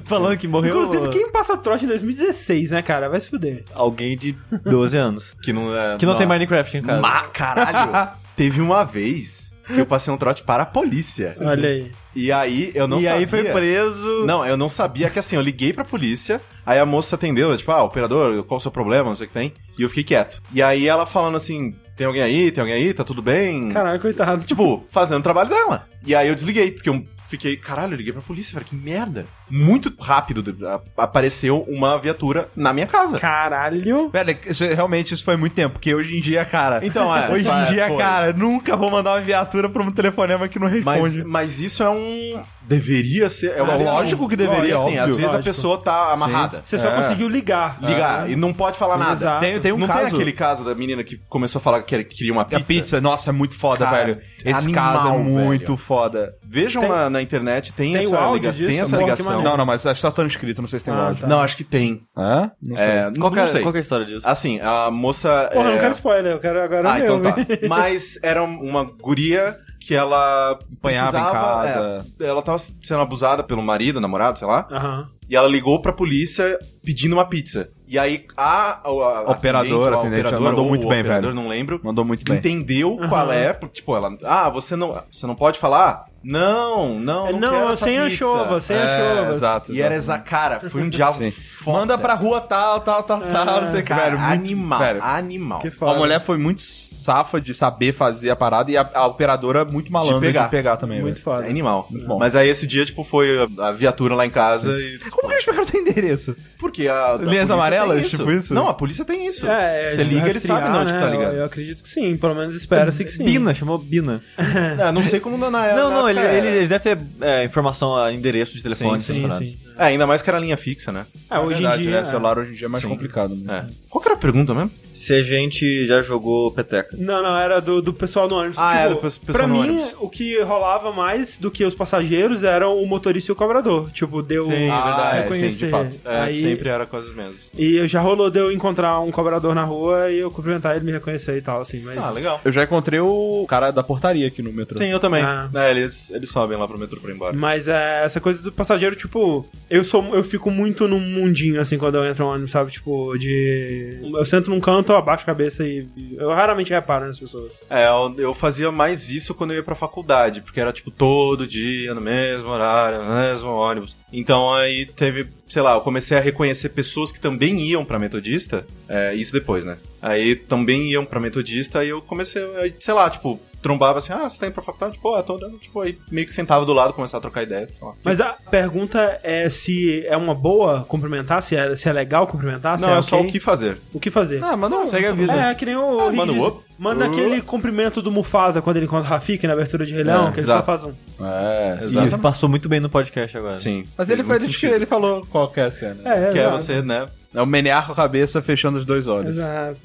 Speaker 3: Falando que morreu
Speaker 2: Inclusive, quem passa trote em 2016, né, cara? Vai se fuder.
Speaker 3: alguém de 12 anos.
Speaker 1: Que não é.
Speaker 3: Que não, tem Minecraft em casa.
Speaker 1: Mas, caralho, teve uma vez que eu passei um trote para a polícia.
Speaker 2: Olha aí.
Speaker 1: E aí eu não
Speaker 3: e
Speaker 1: sabia.
Speaker 3: aí foi preso.
Speaker 1: Não, eu não sabia que assim, eu liguei pra polícia, aí a moça atendeu, tipo, ah, operador, qual o seu problema, não sei o que tem, e eu fiquei quieto. E aí ela falando assim, tem alguém aí, tem alguém aí, tá tudo bem?
Speaker 2: Caralho, coitado.
Speaker 1: Tipo, fazendo o trabalho dela. E aí eu desliguei, porque eu fiquei, caralho, eu liguei pra polícia, falei, que merda. Muito rápido de- a- apareceu uma viatura na minha casa.
Speaker 2: Caralho.
Speaker 4: Velho, é isso- realmente isso foi muito tempo, porque hoje em dia, cara.
Speaker 1: Então, é,
Speaker 4: Hoje em
Speaker 1: vai,
Speaker 4: dia,
Speaker 1: foi.
Speaker 4: cara, nunca vou mandar uma viatura pra um telefonema que não
Speaker 1: Mas,
Speaker 4: responde.
Speaker 1: mas isso é um. Deveria ser. É uma-
Speaker 4: lógico que deveria,
Speaker 1: assim,
Speaker 4: óbvio.
Speaker 1: às vezes a
Speaker 2: Lógico.
Speaker 1: pessoa tá amarrada.
Speaker 2: Você só
Speaker 4: É.
Speaker 2: conseguiu ligar. Ah.
Speaker 1: Ligar, e não pode falar
Speaker 2: Sim,
Speaker 1: nada.
Speaker 2: exato.
Speaker 4: Tem, tem um
Speaker 1: não
Speaker 4: caso.
Speaker 1: tem aquele caso da menina que começou a falar que era- queria uma
Speaker 4: A
Speaker 1: pizza?
Speaker 4: pizza. nossa, é muito foda,
Speaker 1: Cara,
Speaker 4: velho. Esse
Speaker 1: animal,
Speaker 4: caso é
Speaker 1: velho.
Speaker 4: muito foda.
Speaker 1: Vejam
Speaker 2: Tem-
Speaker 1: na, na internet, tem,
Speaker 2: tem o
Speaker 1: essa,
Speaker 2: áudio
Speaker 1: liga-
Speaker 2: disso?
Speaker 1: tem essa
Speaker 2: Porra, que
Speaker 1: ligação.
Speaker 4: Não, não, mas acho que tá tão escrito, não sei se tem
Speaker 2: Ah,
Speaker 4: áudio.
Speaker 2: tá.
Speaker 1: Não, acho que tem.
Speaker 4: Hã? Não sei.
Speaker 1: É, não,
Speaker 3: Qual, que é-
Speaker 1: não sei.
Speaker 3: qual que é a história disso?
Speaker 1: Assim, a moça.
Speaker 2: Porra, eu
Speaker 1: é,
Speaker 2: não quero spoiler, eu quero agora
Speaker 1: Ah,
Speaker 2: o meu.
Speaker 1: então tá.
Speaker 2: velho.
Speaker 1: Mas era um, uma guria que ela
Speaker 4: Apanhava em
Speaker 1: precisava-
Speaker 4: casa.
Speaker 1: é, ela tava sendo abusada pelo marido, namorado, sei lá.
Speaker 2: Aham.
Speaker 1: E ela ligou pra polícia pedindo uma pizza. E aí a, a, a
Speaker 4: Operadora,
Speaker 1: atendente, ou
Speaker 4: atendente,
Speaker 1: operadora,
Speaker 4: mandou
Speaker 1: ou
Speaker 4: muito
Speaker 1: o
Speaker 4: bem,
Speaker 1: operador,
Speaker 4: velho.
Speaker 1: Não lembro.
Speaker 4: Mandou muito bem.
Speaker 1: Entendeu qual
Speaker 2: Aham.
Speaker 1: é, por- tipo, ela, ah, você não, você não pode falar? Não, não,
Speaker 2: É,
Speaker 1: não,
Speaker 2: não,
Speaker 1: quero
Speaker 2: eu
Speaker 1: essa
Speaker 2: sem
Speaker 1: pizza.
Speaker 2: anchova, sem anchova.
Speaker 4: Exato.
Speaker 1: E era essa cara, foi um diabo
Speaker 4: Sim.
Speaker 1: foda.
Speaker 4: Manda pra rua tal, tal, tal, tal, não sei o que,
Speaker 1: cara,
Speaker 4: velho. Muito,
Speaker 1: animal,
Speaker 4: velho.
Speaker 1: animal.
Speaker 2: Que foda.
Speaker 4: A mulher foi muito safa de saber fazer a parada e a, a operadora muito malandra de pegar,
Speaker 1: pegar.
Speaker 4: também.
Speaker 2: Muito
Speaker 4: velho.
Speaker 2: foda.
Speaker 1: Animal.
Speaker 4: Muito bom.
Speaker 1: Mas aí esse dia, tipo, foi a, a viatura lá em casa e.
Speaker 4: Como que eles pegaram teu endereço?
Speaker 1: Porque a. a
Speaker 4: Linhas
Speaker 1: polícia
Speaker 4: amarelas,
Speaker 1: tem
Speaker 4: tipo isso?
Speaker 1: Não, a polícia tem isso.
Speaker 2: É, é,
Speaker 1: Você liga, ele
Speaker 2: rastrear,
Speaker 1: sabe não onde que tá
Speaker 2: né?
Speaker 1: ligado.
Speaker 2: Eu, eu acredito que sim, pelo menos espera-se que sim.
Speaker 3: Bina, chamou Bina.
Speaker 1: É, não sei como na, na
Speaker 3: não, não,
Speaker 1: na
Speaker 3: ele,
Speaker 1: época
Speaker 3: ele,
Speaker 1: era.
Speaker 3: eles devem ter é, informação, é, endereço de telefone, essas
Speaker 2: Sim,
Speaker 3: paradas.
Speaker 2: sim.
Speaker 1: É, ainda mais que era linha fixa, né?
Speaker 2: Ah,
Speaker 4: É
Speaker 2: hoje
Speaker 4: verdade,
Speaker 2: em dia.
Speaker 4: né? Celular hoje em dia é mais complicado. né?
Speaker 1: É. Qual que era a pergunta mesmo?
Speaker 3: Se a gente já jogou peteca.
Speaker 2: Não, não, era do, do pessoal no ônibus.
Speaker 1: Ah,
Speaker 2: tipo,
Speaker 1: era do pes- pessoal
Speaker 2: pra
Speaker 1: no
Speaker 2: mim,
Speaker 1: ônibus.
Speaker 2: o que rolava mais do que os passageiros eram o motorista e o cobrador. Tipo, deu.
Speaker 1: é verdade,
Speaker 2: eu
Speaker 1: sim, de
Speaker 2: conheci.
Speaker 1: fato. É,
Speaker 2: Aí-
Speaker 1: Sempre era coisas mesmas.
Speaker 2: E já rolou de eu encontrar um cobrador na rua e eu cumprimentar ele, me reconhecer e tal, assim. Mas...
Speaker 1: Ah, legal.
Speaker 4: Eu já encontrei o cara da portaria aqui no metrô.
Speaker 1: Sim, eu também.
Speaker 2: Ah.
Speaker 1: É, eles, eles sobem lá pro metrô pra ir embora.
Speaker 2: Mas é, essa coisa do passageiro, tipo, eu sou eu fico muito num mundinho assim quando eu entro no ônibus, sabe? Tipo, de. Eu sento num canto, eu abaixo a cabeça e. Eu raramente reparo nas pessoas.
Speaker 1: É, eu, eu fazia mais isso quando eu ia pra faculdade, porque era tipo todo dia, no mesmo horário, no mesmo ônibus. Então aí teve, sei lá, eu comecei a reconhecer pessoas que também iam pra metodista, é, isso depois, né? Aí também iam pra metodista e eu comecei, aí, sei lá, tipo, trombava assim, ah, você tá indo pra faculdade? Pô, eu tô andando, tipo, aí meio que sentava do lado, começava a trocar ideia. Tipo, "Ah, sei lá.
Speaker 2: Mas a pergunta é se é uma boa cumprimentar, se é, se é legal cumprimentar, se
Speaker 1: Não, é, só
Speaker 2: ok?
Speaker 1: o que fazer.
Speaker 2: o que fazer.
Speaker 4: Ah, mas não, segue a vida.
Speaker 2: É, que nem o. Rick
Speaker 1: manda o
Speaker 2: diz-
Speaker 1: up.
Speaker 2: manda
Speaker 1: Uh.
Speaker 2: aquele cumprimento do Mufasa quando ele encontra o Rafiki na abertura de Rei Leão,
Speaker 1: É,
Speaker 2: que ele
Speaker 1: exato.
Speaker 2: só faz um.
Speaker 4: É,
Speaker 1: Exato.
Speaker 3: E passou muito bem no podcast agora.
Speaker 1: Sim.
Speaker 4: Mas ele,
Speaker 1: Fez
Speaker 4: foi,
Speaker 1: muito
Speaker 4: ele, disse que
Speaker 1: sentido.
Speaker 4: ele falou qual que é a cena.
Speaker 2: É,
Speaker 1: Que é
Speaker 2: exato.
Speaker 1: você, né?
Speaker 4: É o menear com a cabeça fechando os dois olhos.
Speaker 2: Exato.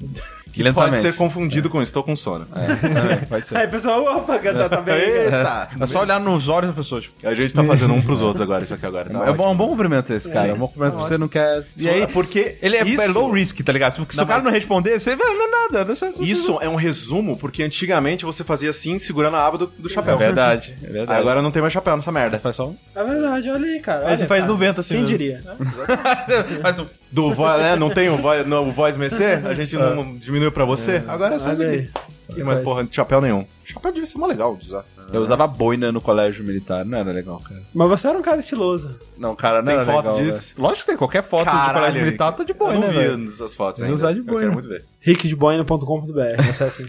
Speaker 4: Que
Speaker 1: Pode ser confundido com estou com sono.
Speaker 4: É, pode ser.
Speaker 2: Aí, pessoal, opa, tá bem.
Speaker 1: Eita!
Speaker 4: É só olhar nos olhos da pessoa, tipo.
Speaker 1: A gente tá fazendo um pros outros agora, isso aqui agora. tá
Speaker 4: é bom,
Speaker 1: ótimo.
Speaker 4: um bom cumprimento esse, cara. É um bom cumprimento. Você não quer... E aí,
Speaker 1: porque
Speaker 4: ele é,
Speaker 1: isso,
Speaker 4: é low risk, tá ligado? Porque se
Speaker 1: Não,
Speaker 4: o cara não responder, você... Velho, não é nada. Não é só-
Speaker 1: Isso é um resumo, porque antigamente você fazia assim, segurando a aba do, do
Speaker 4: É
Speaker 1: chapéu.
Speaker 4: verdade, é verdade.
Speaker 1: Agora não tem mais chapéu nessa merda.
Speaker 4: faz só um...
Speaker 2: É verdade, olha aí, cara.
Speaker 3: Aí
Speaker 2: olha,
Speaker 3: você
Speaker 2: tá.
Speaker 3: faz
Speaker 2: cara.
Speaker 3: no vento
Speaker 2: Quem
Speaker 3: assim.
Speaker 1: né?
Speaker 3: mesmo.
Speaker 2: diria?
Speaker 4: faz um...
Speaker 1: Do voz, né? Não tem o voz, no, o voz mercê? A gente não diminui pra você? Agora é só isso
Speaker 2: Olha
Speaker 1: aqui. Não tem mais porra de chapéu nenhum. Chapéu devia ser mó legal de usar.
Speaker 4: Eu usava boina no colégio militar, não era legal, cara.
Speaker 2: Mas você era um cara estiloso.
Speaker 4: Não, cara, não
Speaker 1: Tem
Speaker 4: era
Speaker 1: foto
Speaker 4: legal,
Speaker 1: disso?
Speaker 4: velho. Lógico que tem. Qualquer foto de
Speaker 1: Caralho,
Speaker 4: colégio militar
Speaker 1: Henrique.
Speaker 4: tá de
Speaker 1: eu
Speaker 4: boina,
Speaker 1: não
Speaker 4: velho.
Speaker 1: vi essas fotos
Speaker 4: Tem
Speaker 1: ainda.
Speaker 4: usar de
Speaker 1: Eu
Speaker 4: boina.
Speaker 1: quero muito ver.
Speaker 2: rickdeboina.com.br, acesse.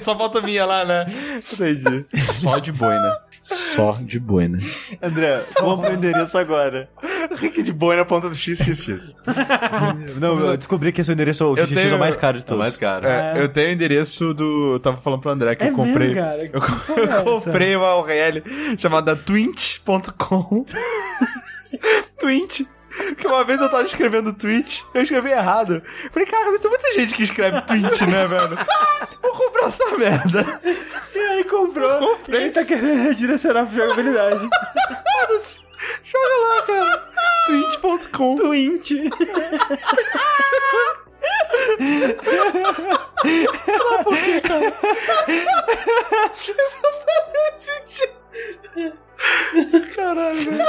Speaker 4: Só falta minha lá, né? Entendi. Só de boina. Só de boina.
Speaker 3: André, vamos pro endereço agora.
Speaker 1: Rick de boina ponto XXX.
Speaker 3: Não, eu descobri que esse endereço é o
Speaker 4: Eu
Speaker 3: XXX
Speaker 4: tenho-
Speaker 3: é o mais caro de
Speaker 1: Tô
Speaker 3: todos.
Speaker 1: mais caro.
Speaker 4: É, eu tenho o endereço do. Eu tava falando pro André que
Speaker 2: É
Speaker 4: eu comprei.
Speaker 2: mesmo, cara?
Speaker 4: Eu,
Speaker 2: Que
Speaker 4: eu
Speaker 2: porra é
Speaker 4: comprei uma URL chamada twint.com. twint. Porque uma vez eu tava escrevendo tweet, eu escrevi errado. Eu Falei, cara, tem muita gente que escreve tweet, né, velho? Vou comprar essa merda.
Speaker 2: E aí comprou. Ele tá querendo redirecionar pra jogabilidade.
Speaker 4: Foda-se. Joga lá, cara. twint.com.
Speaker 2: Twint.
Speaker 4: Caralho, velho.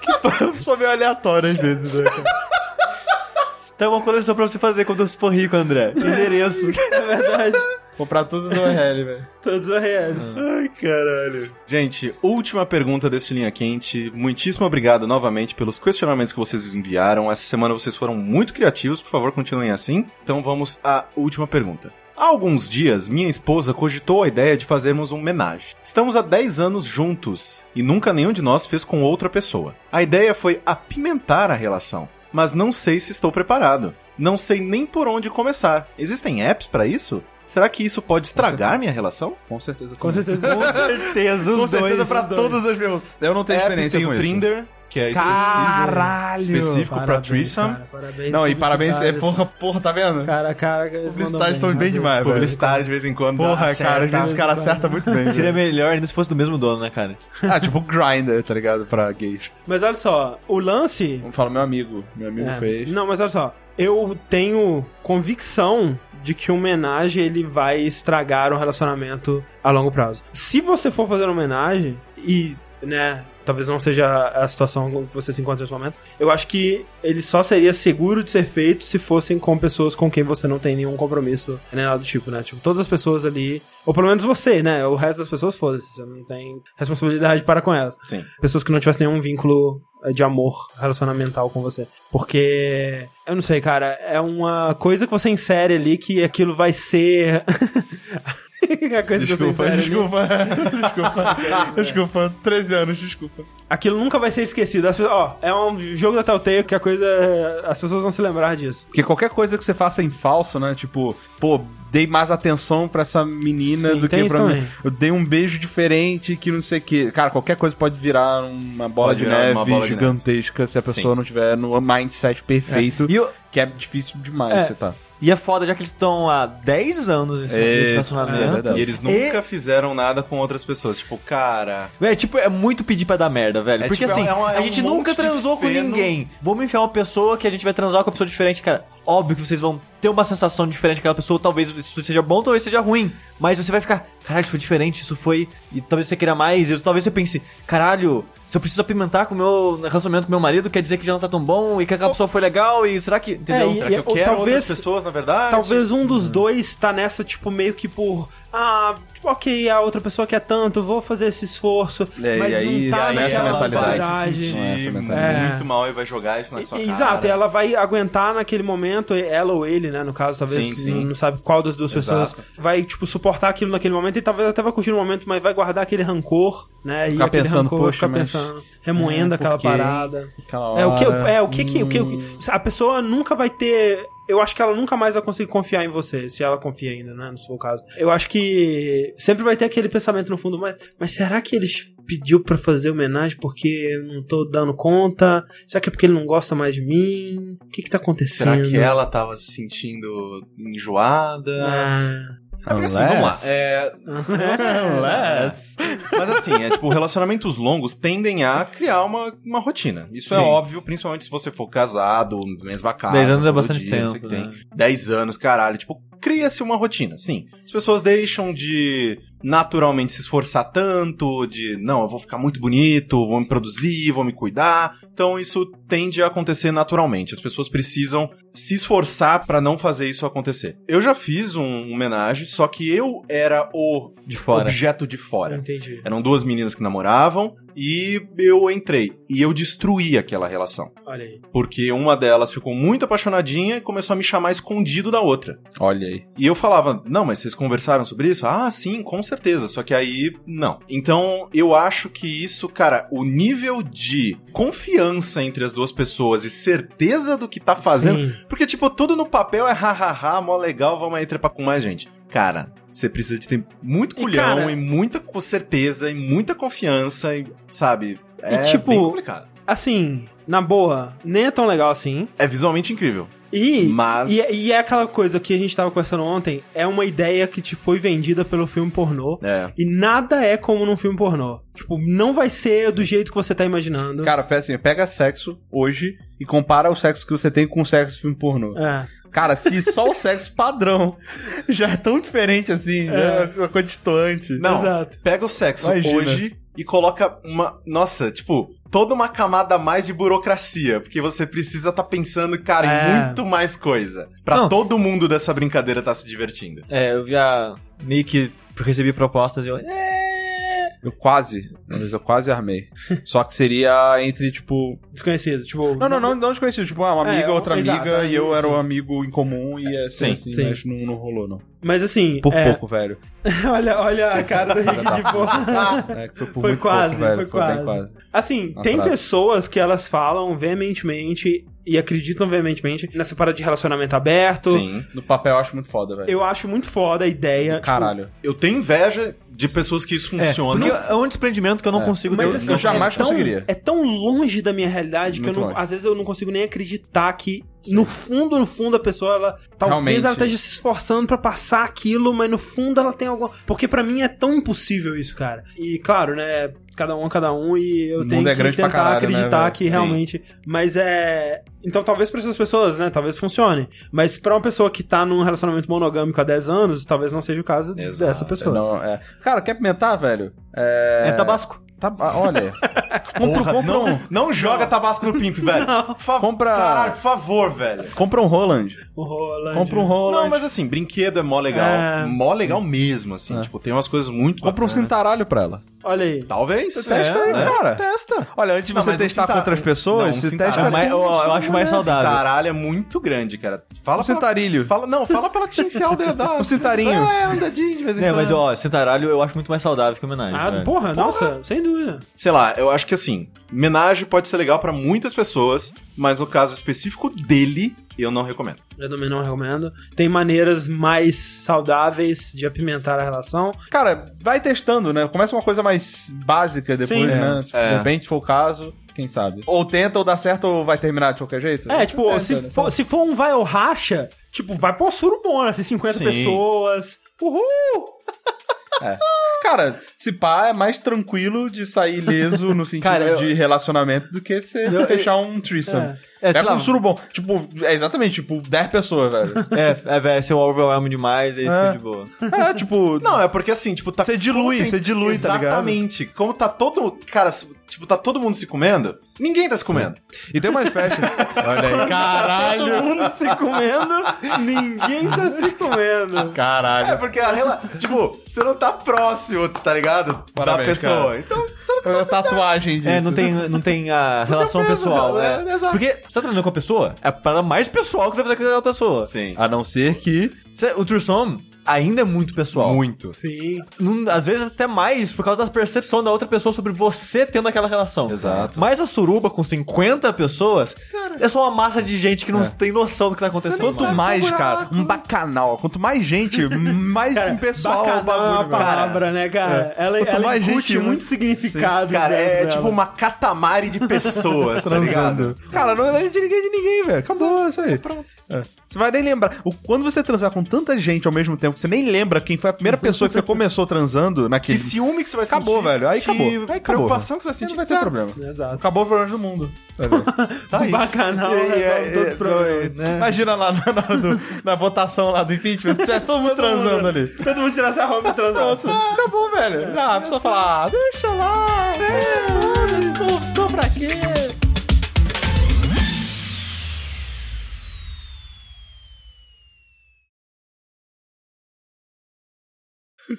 Speaker 4: Que Só meio aleatório às vezes, né? cara?
Speaker 3: Então, Tem uma coleção pra você fazer quando você for rico, André. Endereço.
Speaker 2: É verdade.
Speaker 4: Comprar tudo no RL, velho.
Speaker 2: Todos os reais.
Speaker 1: Ai, caralho. Gente, última pergunta deste Linha Quente. Muitíssimo obrigado novamente pelos questionamentos que vocês enviaram. Essa semana vocês foram muito criativos, por favor, continuem assim. Então vamos à última pergunta. Há alguns dias, minha esposa cogitou a ideia de fazermos um homenagem. Estamos há 10 anos juntos e nunca nenhum de nós fez com outra pessoa. A ideia foi apimentar a relação, mas não sei se estou preparado. Não sei nem por onde começar. Existem apps para isso? Será que isso pode estragar minha relação?
Speaker 4: Com certeza.
Speaker 2: Com certeza. Com certeza,
Speaker 4: Com certeza pra
Speaker 2: os dois.
Speaker 4: todas as perguntas. Eu não tenho
Speaker 1: App
Speaker 4: experiência
Speaker 1: É, tem
Speaker 4: com
Speaker 1: o
Speaker 4: isso.
Speaker 1: Trinder, que é específico,
Speaker 4: Caralho!
Speaker 1: específico pra
Speaker 2: Parabéns,
Speaker 1: threesome.
Speaker 2: cara, parabéns,
Speaker 4: Não, e parabéns. É,
Speaker 2: publicitários.
Speaker 4: porra, porra, tá vendo?
Speaker 2: Cara, cara.
Speaker 4: Publicidade estão bem demais, velho.
Speaker 1: Publicitário de vez em quando. dá
Speaker 4: Porra,
Speaker 1: certo.
Speaker 4: cara, às vezes os caras
Speaker 2: cara.
Speaker 4: acertam muito bem.
Speaker 3: Seria
Speaker 4: velho.
Speaker 3: é melhor ainda se fosse do mesmo dono, né, cara?
Speaker 4: ah, tipo grinder, tá ligado? Pra gays.
Speaker 2: Mas olha só, o lance.
Speaker 4: Vamos falar, meu amigo. Meu amigo
Speaker 2: É.
Speaker 4: fez.
Speaker 2: Não, mas olha só, eu tenho convicção de que uma homenagem ele vai estragar um relacionamento a longo prazo. Se você for fazer uma homenagem e, né, talvez não seja a situação com que você se encontra nesse momento, eu acho que ele só seria seguro de ser feito se fossem com pessoas com quem você não tem nenhum compromisso, né, nada do tipo, né? Tipo, todas as pessoas ali, ou pelo menos você, né? O resto das pessoas, foda-se, você não tem responsabilidade para com elas
Speaker 1: Sim.
Speaker 2: pessoas que não tivessem nenhum vínculo eh, de amor relacionamental com você. Porque, eu não sei, cara, é uma coisa que você insere ali que aquilo vai ser. a coisa que você insere né?
Speaker 4: Desculpa,
Speaker 2: ali,
Speaker 4: desculpa. desculpa. desculpa. 13 anos, desculpa.
Speaker 2: Aquilo nunca vai ser esquecido. As pessoas- ó, é um jogo da Telltale que a coisa. As pessoas vão se lembrar disso.
Speaker 4: Porque qualquer coisa que você faça em falso, né? Tipo, pô, dei mais atenção pra essa menina
Speaker 2: Sim,
Speaker 4: do
Speaker 2: tem
Speaker 4: que
Speaker 2: isso
Speaker 4: pra mim.
Speaker 2: também.
Speaker 4: Eu dei um beijo diferente que não sei o que. Cara, qualquer coisa pode virar uma bola
Speaker 1: Pode
Speaker 4: de
Speaker 1: virar
Speaker 4: neve
Speaker 1: uma bola de neve.
Speaker 4: gigantesca se a pessoa não tiver no mindset perfeito.
Speaker 3: E, o-
Speaker 4: Que é difícil demais
Speaker 2: É.
Speaker 4: você tá.
Speaker 3: e é foda, já que eles estão há 10 anos em cima
Speaker 4: É,
Speaker 3: desse
Speaker 4: é
Speaker 3: relacionamento.
Speaker 4: verdade.
Speaker 1: E eles nunca fizeram nada com outras pessoas. Tipo, cara.
Speaker 3: Véi, tipo, é muito pedir pra dar merda, velho.
Speaker 1: É,
Speaker 3: Porque
Speaker 1: tipo,
Speaker 3: assim,
Speaker 1: é uma- é
Speaker 3: a
Speaker 1: um
Speaker 3: gente
Speaker 1: monte
Speaker 3: nunca
Speaker 1: de
Speaker 3: transou com
Speaker 1: feno.
Speaker 3: ninguém. Vamos enfiar uma pessoa que a gente vai transar com uma pessoa diferente, cara. Óbvio que vocês vão ter uma sensação diferente daquela pessoa. Talvez isso seja bom, talvez seja ruim. Mas você vai ficar, caralho, isso foi diferente, isso foi. E talvez você queira mais. E talvez você pense, caralho, se eu preciso apimentar com o meu relacionamento com meu marido, quer dizer que já não tá tão bom e que aquela pessoa foi legal e será que. Entendeu?
Speaker 2: É, e-
Speaker 1: Será que eu
Speaker 2: ou
Speaker 1: quero outras
Speaker 2: talvez-
Speaker 1: pessoas, na verdade?
Speaker 2: Talvez um dos dois tá nessa, tipo, meio que por. Ah, tipo, ok, a outra pessoa quer tanto, vou fazer esse esforço.
Speaker 4: É,
Speaker 2: mas
Speaker 4: e aí-
Speaker 2: não tá
Speaker 4: e aí
Speaker 1: essa
Speaker 2: naquela
Speaker 4: mentalidade,
Speaker 1: Vai se
Speaker 2: vaidade.
Speaker 1: sentir
Speaker 4: Não é essa mentalidade.
Speaker 1: muito mal e vai jogar isso na sua cara.
Speaker 2: Exato, ela vai aguentar naquele momento, ela ou ele, né? No caso, talvez
Speaker 1: Sim, sim.
Speaker 2: Não, não sabe qual das duas
Speaker 1: Exato.
Speaker 2: pessoas vai, tipo, suportar aquilo naquele momento e talvez até vai curtir o momento, mas vai guardar aquele rancor, né? e
Speaker 4: Ficar
Speaker 2: aquele
Speaker 4: pensando,
Speaker 2: rancor,
Speaker 4: "Poxa,
Speaker 2: ficar
Speaker 4: mas-
Speaker 2: pensando, remoendo
Speaker 4: É,
Speaker 2: aquela
Speaker 4: porque-
Speaker 2: parada.
Speaker 4: Aquela
Speaker 2: É o que
Speaker 4: hora-
Speaker 2: é o que, que, o que- o
Speaker 4: hum.
Speaker 1: Ah.
Speaker 2: que- a pessoa nunca vai ter eu acho que ela nunca mais vai conseguir confiar em você, se ela confia ainda, né? No seu caso. Eu acho que sempre vai ter aquele pensamento no fundo, mas, mas será que eles pediu pra fazer homenagem porque eu não tô dando conta? Será que é porque ele não gosta mais de mim? O que que tá acontecendo?
Speaker 1: Será que ela tava se sentindo enjoada?
Speaker 2: Ah.
Speaker 1: Ah, porque assim, vamos lá. É,
Speaker 2: é.
Speaker 4: Unless.
Speaker 1: Mas assim, é tipo, relacionamentos longos tendem a criar uma, uma rotina. Isso é
Speaker 4: Sim.
Speaker 1: óbvio, principalmente se você for casado, mesma casa.
Speaker 3: 10 anos é
Speaker 1: todo
Speaker 3: bastante
Speaker 1: dia, não sei o
Speaker 3: tempo,
Speaker 1: que tem.
Speaker 3: né?
Speaker 1: 10 anos, caralho. Tipo, cria-se uma rotina, sim. As pessoas deixam de naturalmente se esforçar tanto, de não, eu vou ficar muito bonito, vou me produzir, vou me cuidar. Então isso tende a acontecer naturalmente. As pessoas precisam se esforçar pra não fazer isso acontecer. Eu já fiz um homenagem, só que eu era o
Speaker 3: De fora.
Speaker 1: objeto de fora.
Speaker 2: Entendi.
Speaker 1: Eram duas meninas que namoravam e eu entrei. E eu destruí aquela relação.
Speaker 2: Olha aí.
Speaker 1: Porque uma delas ficou muito apaixonadinha e começou a me chamar escondido da outra.
Speaker 4: Olha aí.
Speaker 1: E eu falava, não, mas vocês conversaram sobre isso? Ah, sim, com certeza. Só que aí, não. Então, eu acho que isso, cara, o nível de confiança entre as duas pessoas e certeza do que tá fazendo.
Speaker 2: Sim.
Speaker 1: Porque, tipo, tudo no papel é hahaha, mó legal, vamos aí trepar com mais gente. Cara, você precisa de ter muito
Speaker 2: E,
Speaker 1: culhão
Speaker 2: cara-
Speaker 1: e muita co- certeza e muita confiança e, sabe, é
Speaker 2: tipo-
Speaker 1: bem complicado.
Speaker 2: Assim, na boa, nem é tão legal assim.
Speaker 1: É visualmente incrível,
Speaker 2: E
Speaker 1: mas...
Speaker 2: E, e é aquela coisa que a gente tava conversando ontem, é uma ideia que te foi vendida pelo filme pornô.
Speaker 1: É,
Speaker 2: E nada é como num filme pornô. Tipo, não vai ser do jeito que você tá imaginando.
Speaker 4: Cara, pega assim, pega sexo hoje e compara o sexo que você tem com o sexo do filme pornô.
Speaker 2: É.
Speaker 4: Cara, se só o sexo padrão já é tão diferente assim, já é uma coisa distante.
Speaker 1: Não,
Speaker 2: Exato.
Speaker 1: pega o sexo
Speaker 4: Imagina.
Speaker 1: hoje e coloca uma... Nossa, tipo, toda uma camada a mais de burocracia, porque você precisa estar pensando, cara, em
Speaker 2: É.
Speaker 1: muito mais coisa. Pra
Speaker 3: Não.
Speaker 1: todo mundo dessa brincadeira tá se divertindo.
Speaker 3: É, eu já meio que recebi propostas e eu. "É,
Speaker 4: Eu quase, mas eu quase armei. Só que seria entre, tipo.
Speaker 2: Desconhecido, tipo.
Speaker 4: Não, não, não, não desconhecido. Tipo, ah, uma
Speaker 2: É,
Speaker 4: amiga, outra amiga,
Speaker 2: exato,
Speaker 4: e eu era
Speaker 2: sim.
Speaker 4: um amigo em comum, e assim,
Speaker 1: Sim,
Speaker 4: assim,
Speaker 2: sim.
Speaker 4: mas não, não rolou, não.
Speaker 2: Mas assim.
Speaker 4: Por
Speaker 2: é,
Speaker 4: pouco, velho.
Speaker 2: olha, olha a cara do Rick de boa.
Speaker 4: É, que foi por
Speaker 2: Foi
Speaker 4: muito
Speaker 2: quase,
Speaker 4: pouco, velho.
Speaker 2: foi
Speaker 4: bem
Speaker 2: quase.
Speaker 4: quase.
Speaker 2: Assim,
Speaker 4: Uma
Speaker 2: tem
Speaker 4: frase.
Speaker 2: pessoas que elas falam veementemente e acreditam veementemente nessa parada de relacionamento aberto.
Speaker 1: Sim.
Speaker 4: No papel eu acho muito foda, velho.
Speaker 2: Eu acho muito foda a ideia. tipo,
Speaker 4: Caralho.
Speaker 1: Eu tenho inveja de pessoas que isso funciona.
Speaker 3: Porque é um desprendimento que eu não
Speaker 4: É.
Speaker 3: consigo
Speaker 2: mas
Speaker 3: ter.
Speaker 2: assim,
Speaker 4: eu jamais
Speaker 2: é tão,
Speaker 4: conseguiria.
Speaker 2: É tão longe da minha realidade que eu
Speaker 4: Muito
Speaker 2: não,
Speaker 4: longe.
Speaker 2: às vezes eu não consigo nem acreditar que no fundo, no fundo a pessoa ela talvez
Speaker 4: Realmente.
Speaker 2: ela esteja se esforçando pra passar aquilo, mas no fundo ela tem alguma, porque pra mim é tão impossível isso, cara. E claro, né, cada um é cada um e eu
Speaker 4: O
Speaker 2: tenho
Speaker 4: mundo é
Speaker 2: que
Speaker 4: grande pra
Speaker 2: tentar
Speaker 4: caralho, né,
Speaker 2: acreditar
Speaker 4: velho?
Speaker 2: que
Speaker 4: Sim.
Speaker 2: realmente, mas é, então talvez pra essas pessoas, né, talvez funcione, mas pra uma pessoa que tá num relacionamento monogâmico há 10 anos, talvez não seja o caso
Speaker 1: Exato.
Speaker 2: dessa pessoa.
Speaker 4: Não, é. Cara, quer pimentar, velho? É.
Speaker 3: É tabasco.
Speaker 4: Tá, olha. compra,
Speaker 1: Porra,
Speaker 4: compra um-
Speaker 1: não, não joga tabasco no pinto, velho. Fa-
Speaker 4: Compra-
Speaker 1: Caralho, por favor, velho.
Speaker 4: Compra um Roland.
Speaker 2: O Roland.
Speaker 4: Compra um Roland.
Speaker 1: Não, mas assim, brinquedo é mó legal.
Speaker 2: É.
Speaker 1: mó legal mesmo, assim.
Speaker 4: É.
Speaker 1: Tipo, tem umas coisas muito.
Speaker 4: Compra um
Speaker 1: bacanas.
Speaker 4: cintaralho pra ela.
Speaker 2: Olha aí.
Speaker 4: Tá,
Speaker 1: Talvez.
Speaker 3: é,
Speaker 4: Testa aí,
Speaker 1: né?
Speaker 4: cara.
Speaker 1: Testa.
Speaker 4: Olha, antes de
Speaker 1: Não,
Speaker 4: você
Speaker 1: mas um
Speaker 4: testar com
Speaker 1: cintar-
Speaker 4: outras
Speaker 1: não, um
Speaker 4: pessoas, você
Speaker 1: cintaralho.
Speaker 4: testa
Speaker 3: Mas eu- eu acho mais saudável.
Speaker 1: Cintaralho é muito grande, cara. Fala
Speaker 4: Um cintarilho.
Speaker 1: Fala, não, fala pra ela te enfiar o dedão.
Speaker 4: Um cintarinho.
Speaker 1: É, um dedinho de vez em
Speaker 3: É,
Speaker 1: quando.
Speaker 3: mas ó, Cintaralho eu acho muito mais saudável que homenagem.
Speaker 2: Ah,
Speaker 3: velho.
Speaker 2: porra, nossa, sem dúvida.
Speaker 1: Sei lá, eu acho que assim, homenagem pode ser legal pra muitas pessoas, mas no caso específico dele, eu não recomendo.
Speaker 2: Eu também não recomendo. Tem maneiras mais saudáveis de apimentar a relação.
Speaker 4: Cara, vai testando, né? Começa uma coisa mais básica depois,
Speaker 2: Sim.
Speaker 4: né?
Speaker 1: É.
Speaker 4: Se
Speaker 1: É.
Speaker 4: de repente for o caso, quem sabe. Ou tenta, ou dá certo, ou vai terminar de qualquer jeito.
Speaker 2: É, tipo,
Speaker 4: Tenta,
Speaker 2: se,
Speaker 4: né?
Speaker 2: for, se for um vai ou racha, tipo, vai pôr surubona, assim, 50
Speaker 1: Sim.
Speaker 2: pessoas. Uhul!
Speaker 4: É. Cara, se pá é mais tranquilo de sair leso no sentido
Speaker 3: Cara, eu-
Speaker 4: de relacionamento do que você fechar um threesome.
Speaker 3: É,
Speaker 4: É,
Speaker 3: sei lá.
Speaker 4: um surubom. Tipo, é exatamente, tipo, 10 pessoas, velho.
Speaker 3: É, é, velho, se eu overwhelm demais, aí fica de boa.
Speaker 4: é, tipo...
Speaker 1: Não, é porque assim, tipo, tá.
Speaker 4: Você dilui,
Speaker 1: como
Speaker 4: você dilui, tá ligado?
Speaker 1: Exatamente. Como tá todo. Cara, tipo, tá todo mundo se comendo, ninguém tá se comendo.
Speaker 4: E tem umas festas... Olha aí.
Speaker 2: Todo
Speaker 4: Caralho!
Speaker 2: mundo se comendo, ninguém tá se comendo.
Speaker 1: É,
Speaker 4: Caralho.
Speaker 1: porque a rela... tipo, você não tá próximo, tá ligado?
Speaker 4: Parabéns,
Speaker 1: da pessoa.
Speaker 4: cara.
Speaker 1: Então,
Speaker 4: Tatuagem disso.
Speaker 3: É, não tem, não tem a relação
Speaker 1: peso,
Speaker 3: pessoal.
Speaker 1: não,
Speaker 3: é.
Speaker 1: é, exato.
Speaker 3: Porque você tá transando com a pessoa, é a parada mais pessoal que você vai fazer com aquela pessoa.
Speaker 1: sim.
Speaker 4: A não ser que...
Speaker 3: Cê- O Tursom ainda é muito pessoal.
Speaker 1: Muito.
Speaker 2: Sim.
Speaker 3: Num- às vezes até mais, por causa da percepção da outra pessoa sobre você tendo aquela relação.
Speaker 1: Exato.
Speaker 3: Mas a suruba com 50 pessoas é só uma massa de gente que não
Speaker 2: É.
Speaker 3: tem noção do que tá acontecendo.
Speaker 4: Quanto
Speaker 3: mano.
Speaker 4: mais, cara, um bacanal. Quanto mais gente, mais impessoal é
Speaker 2: Bacanal é
Speaker 4: o
Speaker 2: uma
Speaker 4: bagulho, velho.
Speaker 2: palavra, né, cara? Ela,
Speaker 4: Quanto
Speaker 2: ela
Speaker 4: mais
Speaker 2: incute
Speaker 4: gente, né?
Speaker 2: muito significado.
Speaker 1: Cara, é
Speaker 2: dentro
Speaker 1: tipo
Speaker 2: dela.
Speaker 1: uma catamari de pessoas, tá ligado?
Speaker 4: Cara, não é de ninguém de ninguém, velho. Acabou é isso aí. Pronto. Você vai nem lembrar. O, quando você transar com tanta gente ao mesmo tempo, que você nem lembra quem foi a primeira pessoa que você começou transando
Speaker 1: Que
Speaker 4: naquele.
Speaker 1: ciúme que você vai
Speaker 4: Acabou,
Speaker 1: sentir.
Speaker 4: velho. Aí
Speaker 1: que
Speaker 4: acabou. Aí acabou.
Speaker 1: preocupação que tá- você vai sentir.
Speaker 4: Você não vai ter problema.
Speaker 2: Exato.
Speaker 4: Acabou o problema do mundo. sabe?
Speaker 1: Tá aí.
Speaker 2: Bacanal
Speaker 4: E- e-
Speaker 2: resolve
Speaker 4: e-
Speaker 2: todos os problemas.
Speaker 4: dois, né? Imagina lá na, na, hora do- na votação lá do impeachment, se tivesse todo mundo transando ali.
Speaker 2: Todo mundo tirar essa roupa e transar.
Speaker 4: Nossa, acabou, velho.
Speaker 2: É,
Speaker 4: Ah, a pessoa fala, ah, deixa lá, né? Esse povo só pra quê?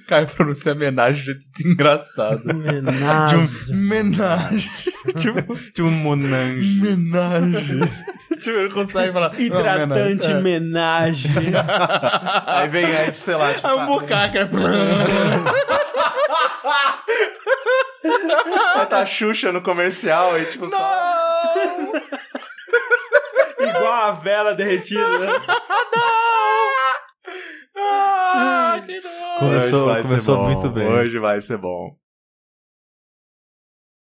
Speaker 4: Caio pronuncia homenagem de um jeito engraçado. De um menage. tipo,
Speaker 1: Tipo um monange.
Speaker 4: menage. tipo, ele consegue falar.
Speaker 2: Hidratante
Speaker 4: menage.
Speaker 2: homenagem.
Speaker 1: Aí vem, aí, tipo, sei lá, tipo,
Speaker 4: É um
Speaker 1: tá,
Speaker 4: bucaca.
Speaker 1: aí tá a Xuxa no comercial e tipo, só...
Speaker 2: Igual a vela derretida, né?
Speaker 4: Ah, que
Speaker 1: Hoje
Speaker 3: Começou,
Speaker 1: vai ser
Speaker 3: começou
Speaker 1: bom,
Speaker 3: muito bem.
Speaker 1: Hoje vai ser bom.